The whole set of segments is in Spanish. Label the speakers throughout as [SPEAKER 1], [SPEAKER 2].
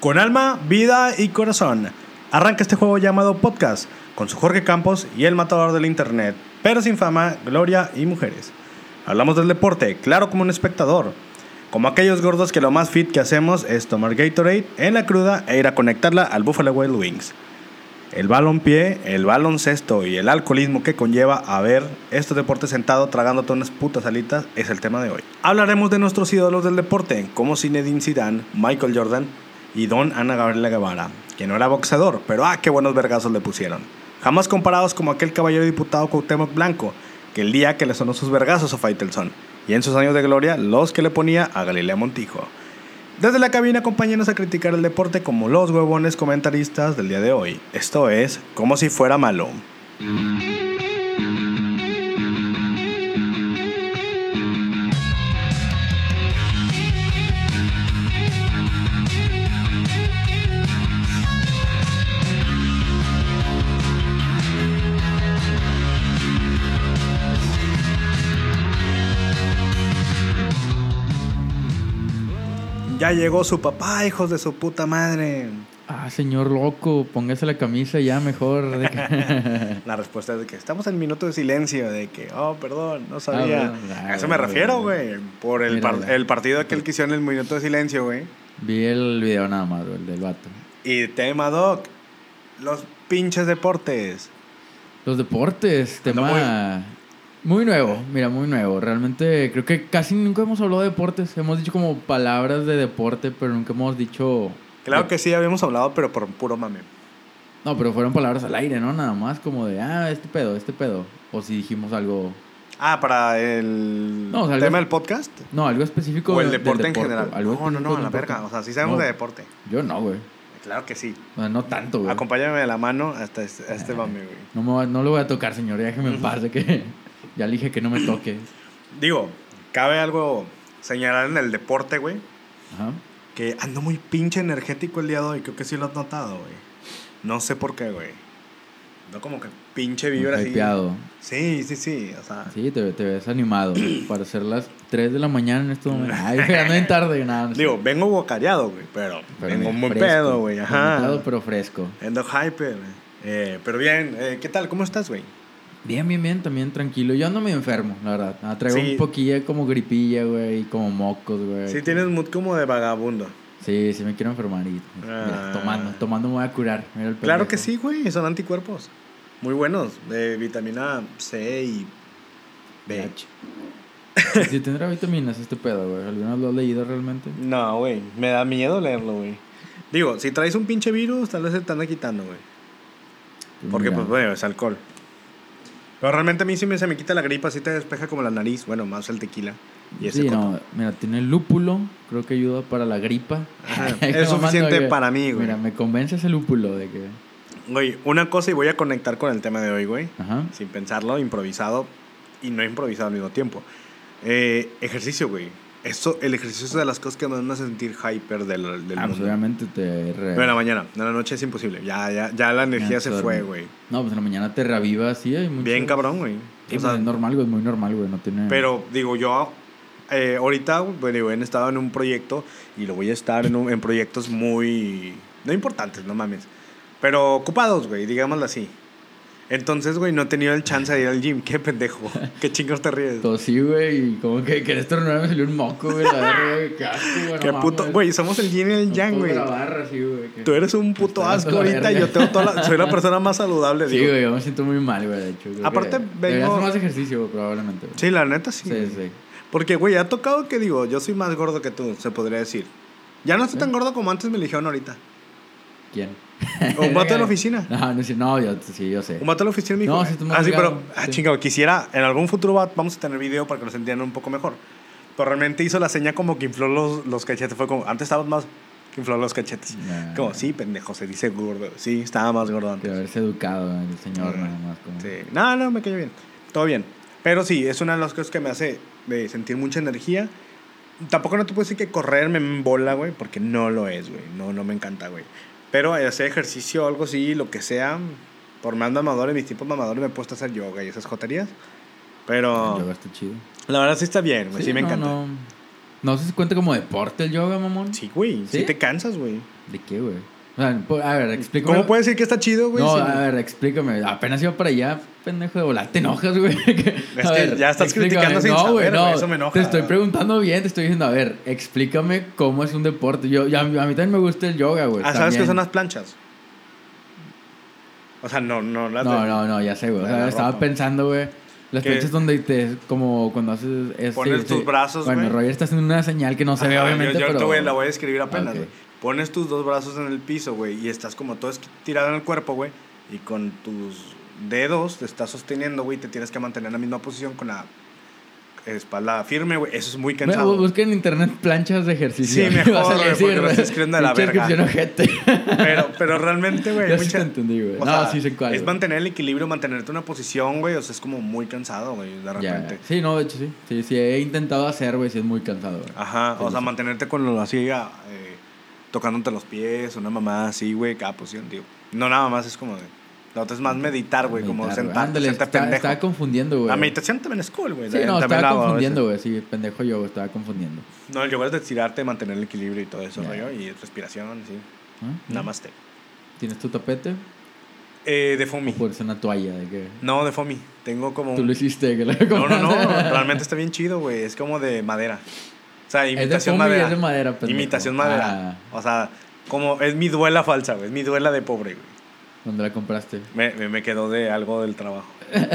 [SPEAKER 1] Con alma, vida y corazón. Arranca este juego llamado podcast con su Jorge Campos y el matador del internet, pero sin fama, gloria y mujeres. Hablamos del deporte, claro como un espectador. Como aquellos gordos que lo más fit que hacemos es tomar Gatorade en la cruda e ir a conectarla al Buffalo Wild Wings. El balonpié, el baloncesto y el alcoholismo que conlleva a ver estos deportes sentado tragándote unas putas alitas es el tema de hoy. Hablaremos de nuestros ídolos del deporte, como Zinedine Zidane, Michael Jordan y Don Ana Gabriela Guevara, que no era boxeador, pero ah, qué buenos vergazos le pusieron. Jamás comparados como aquel caballero diputado Cuauhtémoc Blanco, que el día que le sonó sus vergazos a Faitelson, y en sus años de gloria los que le ponía a Galilea Montijo. Desde la cabina acompáñenos a criticar el deporte como los huevones comentaristas del día de hoy. Esto es Como si fuera malo. Ya llegó su papá, hijos de su puta madre.
[SPEAKER 2] Ah, señor loco, póngase la camisa ya mejor. De que-
[SPEAKER 1] La respuesta es de que estamos en minuto de silencio, de que, oh, perdón, no sabía.
[SPEAKER 2] Ah, bueno.
[SPEAKER 1] a eso me refiero, güey. Por el,
[SPEAKER 2] Mira,
[SPEAKER 1] par-
[SPEAKER 2] güey.
[SPEAKER 1] el partido aquel que hicieron el minuto de silencio, güey.
[SPEAKER 2] Vi el video nada más, güey, el del vato.
[SPEAKER 1] Y tema, Doc. Los pinches deportes.
[SPEAKER 2] Los deportes, tema muy... nuevo, mira, muy nuevo. Realmente creo que casi nunca hemos hablado de deportes. Hemos dicho como palabras de deporte, pero nunca hemos dicho...
[SPEAKER 1] Claro que sí, habíamos hablado, pero por puro mame.
[SPEAKER 2] No, pero fueron palabras al aire, ¿no? Nada más como de, ah, este pedo, este pedo. O si dijimos algo...
[SPEAKER 1] Ah, para el
[SPEAKER 2] No, o sea,
[SPEAKER 1] tema
[SPEAKER 2] algo-
[SPEAKER 1] del podcast.
[SPEAKER 2] No, algo específico
[SPEAKER 1] O el
[SPEAKER 2] del
[SPEAKER 1] deporte en general.
[SPEAKER 2] algo
[SPEAKER 1] No, no,
[SPEAKER 2] específico
[SPEAKER 1] no, a
[SPEAKER 2] del
[SPEAKER 1] la
[SPEAKER 2] deporte.
[SPEAKER 1] verga. O sea, sí sabemos
[SPEAKER 2] No,
[SPEAKER 1] de Ah, deporte.
[SPEAKER 2] Yo no, güey.
[SPEAKER 1] Claro que sí.
[SPEAKER 2] O sea, no tanto, güey.
[SPEAKER 1] Acompáñame de la mano hasta este, a este mame, güey.
[SPEAKER 2] No, me va- no lo voy a tocar, señor. ya Déjeme en paz. de que ya le dije que no me toque.
[SPEAKER 1] Digo, cabe algo señalar en el deporte, güey.
[SPEAKER 2] Ajá.
[SPEAKER 1] Que ando muy pinche energético el día de hoy. Creo que sí lo has notado, güey. No sé por qué, güey. No como que pinche vibra
[SPEAKER 2] Muy
[SPEAKER 1] así.
[SPEAKER 2] hypeado.
[SPEAKER 1] Sí, sí, sí. O sea,
[SPEAKER 2] Sí, te, te ves animado para ser las 3 de la mañana en este momento. Ay, güey, ando en tarde. Nada, no sé.
[SPEAKER 1] digo, vengo bocareado, güey. Pero,
[SPEAKER 2] Pero
[SPEAKER 1] vengo muy
[SPEAKER 2] fresco.
[SPEAKER 1] pedo, güey. Ajá.
[SPEAKER 2] Vomitado, pero fresco.
[SPEAKER 1] Ando hyper. güey. Eh, pero bien, eh, ¿qué tal? ¿Cómo estás, güey?
[SPEAKER 2] Bien, bien, bien, también tranquilo. Yo ando medio enfermo, la verdad. Ah, traigo
[SPEAKER 1] Sí.
[SPEAKER 2] un poquillo como gripilla, güey, y como mocos, güey.
[SPEAKER 1] Sí, tienes mood como de vagabundo.
[SPEAKER 2] Sí, sí me quiero enfermar y
[SPEAKER 1] Ah.
[SPEAKER 2] mira, tomando, tomando me voy a curar. Mira el
[SPEAKER 1] Claro
[SPEAKER 2] pendejo.
[SPEAKER 1] que sí, güey. Son anticuerpos. Muy buenos. De vitamina C y B.
[SPEAKER 2] H. Sí, tendrá vitaminas este pedo, güey. ¿Alguna lo has leído realmente?
[SPEAKER 1] No, güey. Me da miedo leerlo, güey. Digo, si traes un pinche virus, tal vez se te anda quitando, güey. Porque,
[SPEAKER 2] Mira.
[SPEAKER 1] pues, bueno, es alcohol. Pero realmente a mí sí me, se me quita la gripa, sí te despeja como la nariz. Bueno, más el tequila. Y ese
[SPEAKER 2] sí,
[SPEAKER 1] coto.
[SPEAKER 2] no, mira, tiene lúpulo, creo que ayuda para la gripa.
[SPEAKER 1] Ajá, es
[SPEAKER 2] Mamando,
[SPEAKER 1] suficiente
[SPEAKER 2] güey.
[SPEAKER 1] para mí, güey.
[SPEAKER 2] Mira, me convence ese lúpulo de que.
[SPEAKER 1] Güey, una cosa y voy a conectar con el tema de hoy, güey.
[SPEAKER 2] Ajá.
[SPEAKER 1] Sin pensarlo, improvisado y no improvisado al mismo tiempo. Eh, ejercicio, güey. Eso, el ejercicio es de las cosas que me van a sentir hyper del, del
[SPEAKER 2] Ah, pues,
[SPEAKER 1] mundo.
[SPEAKER 2] obviamente te. re-
[SPEAKER 1] Pero en la mañana, en la noche es imposible. Ya, ya, ya la energía
[SPEAKER 2] Ya
[SPEAKER 1] se
[SPEAKER 2] se
[SPEAKER 1] fue,
[SPEAKER 2] duerme.
[SPEAKER 1] güey.
[SPEAKER 2] No, pues en la mañana te reaviva así. Hay mucho-
[SPEAKER 1] Bien cabrón, güey.
[SPEAKER 2] Sí,
[SPEAKER 1] O
[SPEAKER 2] pues,
[SPEAKER 1] sea,
[SPEAKER 2] es normal, güey, es muy normal, güey. No tiene.
[SPEAKER 1] pero digo yo, eh, ahorita, bueno, digo, he estado en un proyecto y lo voy a estar en, un- en proyectos muy, no importantes, no mames, pero ocupados, güey, digámoslo así. Entonces, güey, no he tenido el chance de ir al gym. Qué pendejo. Qué chingos te ríes.
[SPEAKER 2] Tosí, güey, y como que querés tornar, me salió un moco, güey. La verga, güey, qué asco, güey. no
[SPEAKER 1] Qué
[SPEAKER 2] mames.
[SPEAKER 1] puto. Güey, somos el yin y el
[SPEAKER 2] No
[SPEAKER 1] yang,
[SPEAKER 2] puedo
[SPEAKER 1] güey.
[SPEAKER 2] grabar así, güey, que-
[SPEAKER 1] Tú eres un puto
[SPEAKER 2] Está
[SPEAKER 1] asco
[SPEAKER 2] dando la
[SPEAKER 1] ahorita. y
[SPEAKER 2] verga.
[SPEAKER 1] Yo tengo toda la- soy la persona más saludable,
[SPEAKER 2] Sí,
[SPEAKER 1] digo.
[SPEAKER 2] güey, yo me siento muy mal, güey, de hecho. creo que
[SPEAKER 1] Aparte,
[SPEAKER 2] Debería
[SPEAKER 1] vengo-
[SPEAKER 2] hacer más ejercicio, güey, probablemente. güey.
[SPEAKER 1] Sí, la neta sí.
[SPEAKER 2] Sí,
[SPEAKER 1] güey.
[SPEAKER 2] sí.
[SPEAKER 1] Porque, güey, ha tocado que digo, yo soy más gordo que tú, se podría decir. Ya no estoy tan gordo como antes me eligieron ahorita.
[SPEAKER 2] ¿Quién?
[SPEAKER 1] Un vato de la oficina.
[SPEAKER 2] No, no, sí, no, yo, sí, yo sé.
[SPEAKER 1] Un vato de la oficina me dijo.
[SPEAKER 2] No,
[SPEAKER 1] güey.
[SPEAKER 2] sí, tú me has
[SPEAKER 1] ah, sí, pero,
[SPEAKER 2] ligado,
[SPEAKER 1] ah,
[SPEAKER 2] sí.
[SPEAKER 1] chingado, quisiera, en algún futuro va- vamos a tener video para que los entiendan un poco mejor. Pero realmente hizo la seña como que infló los, los cachetes. Fue como, antes estabas más que infló los cachetes.
[SPEAKER 2] Nah.
[SPEAKER 1] Como, sí, pendejo, se dice gordo. Sí, estaba más gordo
[SPEAKER 2] De
[SPEAKER 1] antes.
[SPEAKER 2] haberse educado el señor nada más. Como...
[SPEAKER 1] Mm, Sí. No, no, me cayó bien. Todo bien. Pero sí, es una de las cosas que me hace eh, sentir mucha energía. Tampoco no te puedo decir que correr me embola, güey, porque no lo es, güey. No, no me encanta, güey. Pero hacer ejercicio o algo así, lo que sea, por más mamador, en mis tiempos mamadores me he puesto a hacer yoga y esas joterías.
[SPEAKER 2] El
[SPEAKER 1] Pero
[SPEAKER 2] Ah, yoga está chido.
[SPEAKER 1] la verdad sí está bien, güey. Sí, me
[SPEAKER 2] no,
[SPEAKER 1] encanta.
[SPEAKER 2] no. No sé si cuenta como deporte el yoga, mamón.
[SPEAKER 1] Sí, güey.
[SPEAKER 2] ¿Sí?
[SPEAKER 1] Si te cansas, güey.
[SPEAKER 2] ¿De qué, güey? O sea, po- a ver, explícame.
[SPEAKER 1] ¿Cómo puedes decir que está chido, güey?
[SPEAKER 2] No,
[SPEAKER 1] si-
[SPEAKER 2] a ver, explícame. Apenas iba para allá, pendejo de volar. Te enojas, güey.
[SPEAKER 1] Es que ya estás criticando sin
[SPEAKER 2] No, güey,
[SPEAKER 1] saber,
[SPEAKER 2] no.
[SPEAKER 1] güey, eso me enoja.
[SPEAKER 2] Te estoy preguntando bien, te estoy diciendo, a ver, explícame cómo es un deporte. Yo, ya- a mí también me gusta el yoga, güey.
[SPEAKER 1] ah, ¿sabes
[SPEAKER 2] pues, también.
[SPEAKER 1] qué son las planchas? O sea, no, no. Las
[SPEAKER 2] No,
[SPEAKER 1] de-
[SPEAKER 2] no, no, ya sé, güey. O
[SPEAKER 1] La de
[SPEAKER 2] sea,
[SPEAKER 1] la
[SPEAKER 2] estaba
[SPEAKER 1] ropa.
[SPEAKER 2] pensando, güey. Las
[SPEAKER 1] ¿Qué?
[SPEAKER 2] planchas donde te, como cuando haces... es-
[SPEAKER 1] Pones
[SPEAKER 2] sí,
[SPEAKER 1] tus
[SPEAKER 2] sí.
[SPEAKER 1] brazos,
[SPEAKER 2] Bueno,
[SPEAKER 1] güey.
[SPEAKER 2] Roger está haciendo una señal que no se ve,
[SPEAKER 1] Ajá,
[SPEAKER 2] obviamente,
[SPEAKER 1] Yo, yo
[SPEAKER 2] pero...
[SPEAKER 1] te voy- la voy a escribir apenas,
[SPEAKER 2] Ok.
[SPEAKER 1] güey. Pones tus dos brazos en el piso, güey, y estás como todo esqui- tirado en el cuerpo, güey, y con tus dedos te estás sosteniendo, güey, y te tienes que mantener en la misma posición con la espalda firme, güey. Eso es muy
[SPEAKER 2] Ve,
[SPEAKER 1] cansado.
[SPEAKER 2] busquen en internet planchas de ejercicio.
[SPEAKER 1] Sí,
[SPEAKER 2] y
[SPEAKER 1] mejor,
[SPEAKER 2] vas a
[SPEAKER 1] güey, porque
[SPEAKER 2] decir,
[SPEAKER 1] lo estoy escribiendo de la
[SPEAKER 2] pinche
[SPEAKER 1] verga.
[SPEAKER 2] descripción ojete.
[SPEAKER 1] pero, pero realmente, güey,
[SPEAKER 2] Ya sí
[SPEAKER 1] mucha-
[SPEAKER 2] te entendí, güey.
[SPEAKER 1] o
[SPEAKER 2] No,
[SPEAKER 1] sea,
[SPEAKER 2] sí sé cuál.
[SPEAKER 1] Es
[SPEAKER 2] güey.
[SPEAKER 1] mantener el equilibrio, mantenerte en una posición, güey, o sea, es como muy cansado, güey, de
[SPEAKER 2] Ya,
[SPEAKER 1] repente.
[SPEAKER 2] Sí, no, de hecho sí. Sí, sí, he intentado hacer, güey, sí es muy cansado, güey.
[SPEAKER 1] Ajá,
[SPEAKER 2] Sí,
[SPEAKER 1] o sea,
[SPEAKER 2] sí.
[SPEAKER 1] mantenerte con lo así, ah, eh, tocándote los pies, una mamada así, güey, cada posición, tío. No, nada más es como de. La otra es más meditar, güey, como
[SPEAKER 2] Meditar,
[SPEAKER 1] sentarte,
[SPEAKER 2] Ándale,
[SPEAKER 1] sentarte
[SPEAKER 2] está-
[SPEAKER 1] pendejo.
[SPEAKER 2] Estaba confundiendo, güey.
[SPEAKER 1] la meditación también es cool, güey.
[SPEAKER 2] Sí,
[SPEAKER 1] también-
[SPEAKER 2] no,
[SPEAKER 1] también
[SPEAKER 2] estaba
[SPEAKER 1] la hago a
[SPEAKER 2] confundiendo, güey. Sí, pendejo yo, güey, estaba confundiendo.
[SPEAKER 1] veces. No, el yoga es de estirarte, mantener el equilibrio y todo eso,
[SPEAKER 2] Ya.
[SPEAKER 1] rollo, y respiración, sí.
[SPEAKER 2] ¿Ah?
[SPEAKER 1] Namaste.
[SPEAKER 2] ¿Tienes tu tapete?
[SPEAKER 1] Eh, de
[SPEAKER 2] ¿O
[SPEAKER 1] Fomi.
[SPEAKER 2] puedes hacer una toalla? ¿De qué?
[SPEAKER 1] No, de Fomi. Tengo como.
[SPEAKER 2] Tú
[SPEAKER 1] un-
[SPEAKER 2] lo hiciste, que lo
[SPEAKER 1] No, no, no. realmente está bien chido, güey. Es como de madera. O sea,
[SPEAKER 2] Es de
[SPEAKER 1] imitación
[SPEAKER 2] foamy y
[SPEAKER 1] madera.
[SPEAKER 2] es de madera, pendejo. Ah.
[SPEAKER 1] imitación madera. O sea, como. Es mi duela falsa, güey. Es mi duela de pobre, güey.
[SPEAKER 2] Ah, ¿Dónde la compraste?
[SPEAKER 1] Me, me, me quedó de algo del trabajo.
[SPEAKER 2] Eh,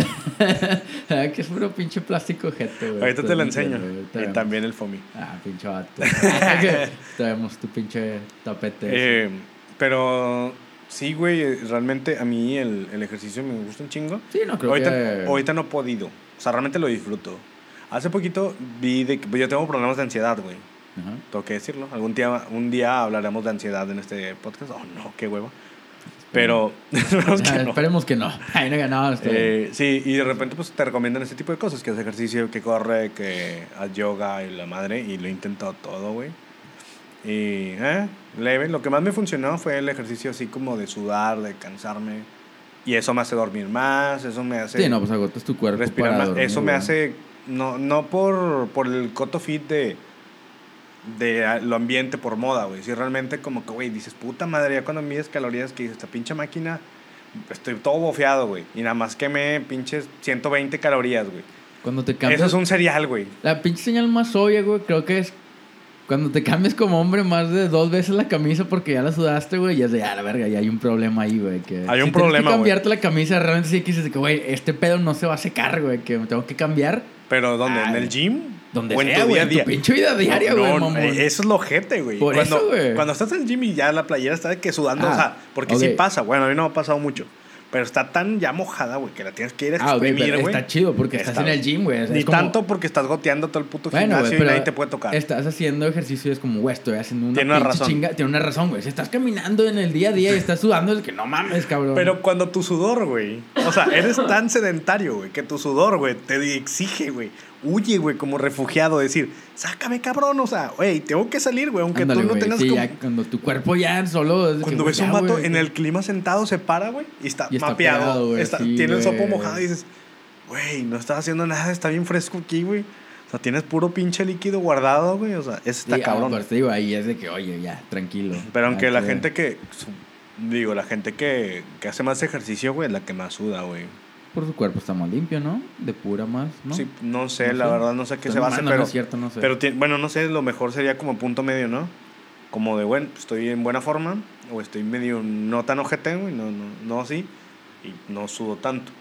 [SPEAKER 2] Ah, que es puro pinche plástico jete, güey.
[SPEAKER 1] Ahorita te
[SPEAKER 2] Estoy
[SPEAKER 1] lo
[SPEAKER 2] mintiendo,
[SPEAKER 1] enseño.
[SPEAKER 2] güey, ahorita
[SPEAKER 1] Y
[SPEAKER 2] vemos.
[SPEAKER 1] también el FOMI.
[SPEAKER 2] Ah, pinche vato. Que Traemos tu pinche tapete.
[SPEAKER 1] Eh, pero sí, güey, eh, realmente a mí el, el ejercicio me gusta un chingo.
[SPEAKER 2] sí, no creo
[SPEAKER 1] Ahorita,
[SPEAKER 2] que...
[SPEAKER 1] ahorita no he podido. O sea, realmente lo disfruto. Hace poquito vi de que pues, yo tengo problemas de ansiedad, güey.
[SPEAKER 2] Ajá.
[SPEAKER 1] Tengo que decirlo. Algún día, un día hablaremos de ansiedad en este podcast. Oh, no, qué hueva. Pero... esperemos pues que
[SPEAKER 2] Ah,
[SPEAKER 1] no.
[SPEAKER 2] Esperemos que no. Ay, no ganamos.
[SPEAKER 1] Eh, sí, y de repente pues te recomiendan este tipo de cosas, que es ejercicio, que corre, que haz yoga y la madre, y lo he intentado todo, güey. Y, eh, leve, lo que más me funcionó fue el ejercicio así como de sudar, de cansarme, y eso me hace dormir más, eso me hace
[SPEAKER 2] sí, no, pues agotas tu cuerpo
[SPEAKER 1] respirar
[SPEAKER 2] para
[SPEAKER 1] más,
[SPEAKER 2] dormir,
[SPEAKER 1] eso me
[SPEAKER 2] güey.
[SPEAKER 1] hace, no, no por, por el coto fit de, de ah, lo ambiente por moda, güey, si realmente como que, güey, dices, puta madre, ya cuando mides calorías que dices, esta pinche máquina estoy todo bofeado, güey. Y nada más quemé pinches 120 calorías, güey.
[SPEAKER 2] Cuando te cambias...
[SPEAKER 1] Eso es un cereal, güey.
[SPEAKER 2] La pinche señal más obvia, güey, creo que es... Cuando te cambias como hombre más de dos veces la camisa porque ya la sudaste, güey, ya es de, ah, la verga, ya hay un problema ahí, güey. Que
[SPEAKER 1] Hay un
[SPEAKER 2] si tienes
[SPEAKER 1] problema,
[SPEAKER 2] que
[SPEAKER 1] güey.
[SPEAKER 2] cambiarte la camisa, realmente sí que dices de que, güey, este pedo no se va a secar, güey, que me tengo que cambiar
[SPEAKER 1] Pero ¿dónde? ¿En
[SPEAKER 2] Ay.
[SPEAKER 1] el gym?
[SPEAKER 2] Ah, donde
[SPEAKER 1] ¿O en
[SPEAKER 2] sea,
[SPEAKER 1] tu
[SPEAKER 2] güey,
[SPEAKER 1] día a
[SPEAKER 2] en tu
[SPEAKER 1] día?
[SPEAKER 2] pinche vida diaria,
[SPEAKER 1] No,
[SPEAKER 2] güey,
[SPEAKER 1] no, eh,
[SPEAKER 2] mamón.
[SPEAKER 1] Eso es lo ojete, güey.
[SPEAKER 2] Por
[SPEAKER 1] cuando,
[SPEAKER 2] eso, güey.
[SPEAKER 1] Cuando estás en el gym y ya la playera está de que sudando,
[SPEAKER 2] Ah,
[SPEAKER 1] o sea, porque
[SPEAKER 2] ok.
[SPEAKER 1] sí pasa. Bueno, a mí no me ha pasado mucho. Pero está tan ya mojada, güey, que la tienes que ir a
[SPEAKER 2] Ah, ok, pero
[SPEAKER 1] exprimir, güey.
[SPEAKER 2] está chido porque estás
[SPEAKER 1] Está-
[SPEAKER 2] en el gym, güey. o sea,
[SPEAKER 1] Ni
[SPEAKER 2] es como-
[SPEAKER 1] tanto porque estás goteando todo el puto
[SPEAKER 2] Bueno,
[SPEAKER 1] gimnasio
[SPEAKER 2] güey,
[SPEAKER 1] y
[SPEAKER 2] pero este,
[SPEAKER 1] nadie te puede tocar.
[SPEAKER 2] Estás haciendo ejercicio y es como, güey, estoy haciendo una
[SPEAKER 1] Tiene una
[SPEAKER 2] pinche
[SPEAKER 1] razón.
[SPEAKER 2] chinga. Tiene una razón, güey. Si estás caminando en el día a día y estás sudando, es que no mames, cabrón.
[SPEAKER 1] Pero cuando tu sudor, güey. O sea, eres tan sedentario, güey, que tu sudor, güey, te exige, güey. Huye, güey, como refugiado. Decir, sácame, cabrón. O sea, güey, tengo que salir, güey. Aunque
[SPEAKER 2] Ándale,
[SPEAKER 1] tú no
[SPEAKER 2] güey,
[SPEAKER 1] tengas
[SPEAKER 2] sí,
[SPEAKER 1] como-
[SPEAKER 2] ya cuando tu cuerpo ya solo... es de que,
[SPEAKER 1] Cuando
[SPEAKER 2] güey,
[SPEAKER 1] ves
[SPEAKER 2] ya,
[SPEAKER 1] un vato
[SPEAKER 2] güey,
[SPEAKER 1] en
[SPEAKER 2] que-
[SPEAKER 1] el clima sentado, se para, güey, y está
[SPEAKER 2] Y está
[SPEAKER 1] mapeado.
[SPEAKER 2] pegado, güey,
[SPEAKER 1] está-
[SPEAKER 2] sí,
[SPEAKER 1] tiene el sopo
[SPEAKER 2] güey.
[SPEAKER 1] mojado y dices, güey, no estás haciendo nada, está bien fresco aquí, güey. O sea, tienes puro pinche líquido guardado, güey. O sea, eso está
[SPEAKER 2] Sí, ah,
[SPEAKER 1] cabrón.
[SPEAKER 2] pero te digo, ahí es de que, oye, ya, tranquilo.
[SPEAKER 1] Pero aunque
[SPEAKER 2] Ya,
[SPEAKER 1] la
[SPEAKER 2] que-
[SPEAKER 1] gente que. su- Digo, la gente que, que hace más ejercicio, güey, es la que más suda, güey.
[SPEAKER 2] Por su pues, cuerpo está más limpio, ¿no? De pura más, ¿no?
[SPEAKER 1] Sí, no sé,
[SPEAKER 2] No
[SPEAKER 1] la
[SPEAKER 2] sé.
[SPEAKER 1] verdad no sé a qué
[SPEAKER 2] Está
[SPEAKER 1] se basa,
[SPEAKER 2] mamando,
[SPEAKER 1] pero,
[SPEAKER 2] No es cierto, no sé.
[SPEAKER 1] pero ti- bueno, no sé, lo mejor sería como punto medio, ¿no? Como de, bueno, estoy en buena forma o estoy medio no tan ojete, güey, no, no, no así, y no sudo tanto.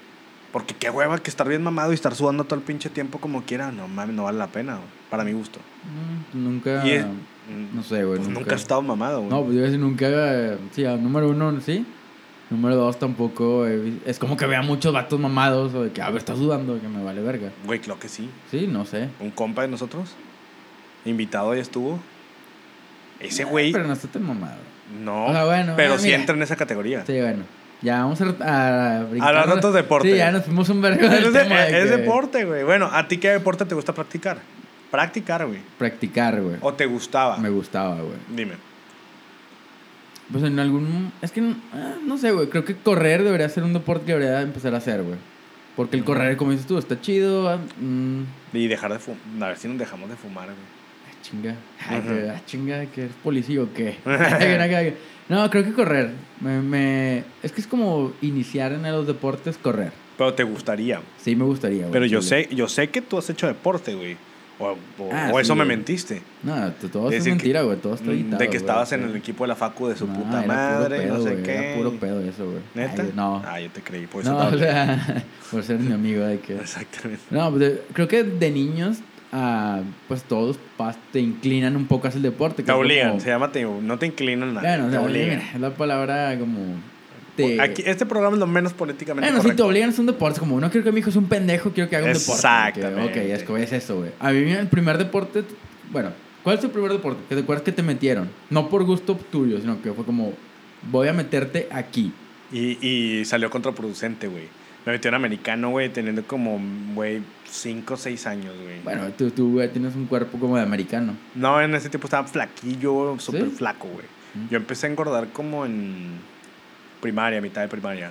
[SPEAKER 1] Porque qué hueva que estar bien mamado y estar sudando todo el pinche tiempo como quiera, no mames, no vale la pena, güey, para mi gusto.
[SPEAKER 2] Mm, Nunca...
[SPEAKER 1] Y es-
[SPEAKER 2] mm, No sé, güey.
[SPEAKER 1] Pues nunca he estado mamado, güey.
[SPEAKER 2] No, pues yo decir nunca. eh, Sí, a número uno, sí. Número dos tampoco. he vi- Es como que vea muchos vatos mamados o de que, a ver, estás sudando, que me vale verga.
[SPEAKER 1] Güey, claro que sí.
[SPEAKER 2] Sí, no sé.
[SPEAKER 1] Un compa de nosotros, invitado ya estuvo. Ese Eh, güey,
[SPEAKER 2] Pero no está tan mamado.
[SPEAKER 1] no,
[SPEAKER 2] o sea, bueno,
[SPEAKER 1] pero
[SPEAKER 2] eh,
[SPEAKER 1] sí
[SPEAKER 2] mira.
[SPEAKER 1] entra en esa categoría.
[SPEAKER 2] Sí, bueno. Ya vamos a, a brincar.
[SPEAKER 1] los ratos deporte.
[SPEAKER 2] Sí, ya nos fuimos un vergo. del
[SPEAKER 1] Es, de-
[SPEAKER 2] tema de
[SPEAKER 1] es
[SPEAKER 2] que-
[SPEAKER 1] deporte, güey. Bueno, ¿a ti qué deporte te gusta practicar? Practicar, güey.
[SPEAKER 2] Practicar, güey.
[SPEAKER 1] ¿O te gustaba?
[SPEAKER 2] Me gustaba, güey.
[SPEAKER 1] Dime.
[SPEAKER 2] Pues en algún. Es que. ah, No sé, güey. Creo que correr debería ser un deporte que debería empezar a hacer, güey. Porque el correr, como dices tú, está chido. ah, mm,
[SPEAKER 1] Y dejar de fumar. A ver si nos dejamos de fumar, güey.
[SPEAKER 2] chinga. Ay, que, ah, chinga, que eres policía o qué. no, creo que correr. Me, me- Es que es como iniciar en los deportes, correr.
[SPEAKER 1] Pero te gustaría.
[SPEAKER 2] Sí, me gustaría. güey,
[SPEAKER 1] Pero yo
[SPEAKER 2] chile.
[SPEAKER 1] sé, yo sé que tú has hecho deporte, güey. O, o-
[SPEAKER 2] Ah,
[SPEAKER 1] o eso
[SPEAKER 2] sí,
[SPEAKER 1] me
[SPEAKER 2] güey.
[SPEAKER 1] mentiste.
[SPEAKER 2] No, t- todo
[SPEAKER 1] Es decir
[SPEAKER 2] es
[SPEAKER 1] que- mm,
[SPEAKER 2] mentira, güey. Todo está editado.
[SPEAKER 1] de que estabas
[SPEAKER 2] güey,
[SPEAKER 1] en el
[SPEAKER 2] sí.
[SPEAKER 1] equipo de la facu de su
[SPEAKER 2] No,
[SPEAKER 1] puta
[SPEAKER 2] era puro
[SPEAKER 1] madre,
[SPEAKER 2] pedo,
[SPEAKER 1] no sé
[SPEAKER 2] güey,
[SPEAKER 1] qué.
[SPEAKER 2] Era puro pedo eso, güey.
[SPEAKER 1] ¿Neta?
[SPEAKER 2] Ay, no.
[SPEAKER 1] Ah, yo te creí, por eso
[SPEAKER 2] no,
[SPEAKER 1] te
[SPEAKER 2] o
[SPEAKER 1] hablé.
[SPEAKER 2] sea, por ser mi amigo de que...
[SPEAKER 1] Exactamente.
[SPEAKER 2] No, pues, de- creo que de niños, ah, pues todos pas- te inclinan un poco hacia el deporte. que
[SPEAKER 1] Te
[SPEAKER 2] es
[SPEAKER 1] obligan,
[SPEAKER 2] como-
[SPEAKER 1] se llama te- no te inclinan nada.
[SPEAKER 2] Bueno, o
[SPEAKER 1] te
[SPEAKER 2] sea,
[SPEAKER 1] obligan.
[SPEAKER 2] mira, es la palabra como... Te...
[SPEAKER 1] Aquí, este programa es lo menos políticamente
[SPEAKER 2] Bueno, si te
[SPEAKER 1] correcto.
[SPEAKER 2] obligan es un deporte, es como no quiero que mi hijo es un pendejo, quiero que haga un deporte.
[SPEAKER 1] Exactamente.
[SPEAKER 2] Porque, Ok, es, como, es eso, güey. A mí el primer deporte, bueno, ¿cuál es tu primer deporte? Que te acuerdas que te metieron. No por gusto tuyo, sino que fue como, voy a meterte aquí.
[SPEAKER 1] Y, y salió contraproducente, güey. Me metió un americano, güey, teniendo como, güey, 5 o 6 años, güey.
[SPEAKER 2] Bueno, tú, tú güey, tienes un cuerpo como de americano.
[SPEAKER 1] No, en ese tiempo estaba flaquillo, súper
[SPEAKER 2] ¿Sí?
[SPEAKER 1] flaco, güey.
[SPEAKER 2] Mm.
[SPEAKER 1] Yo empecé a engordar como en primaria, mitad de primaria.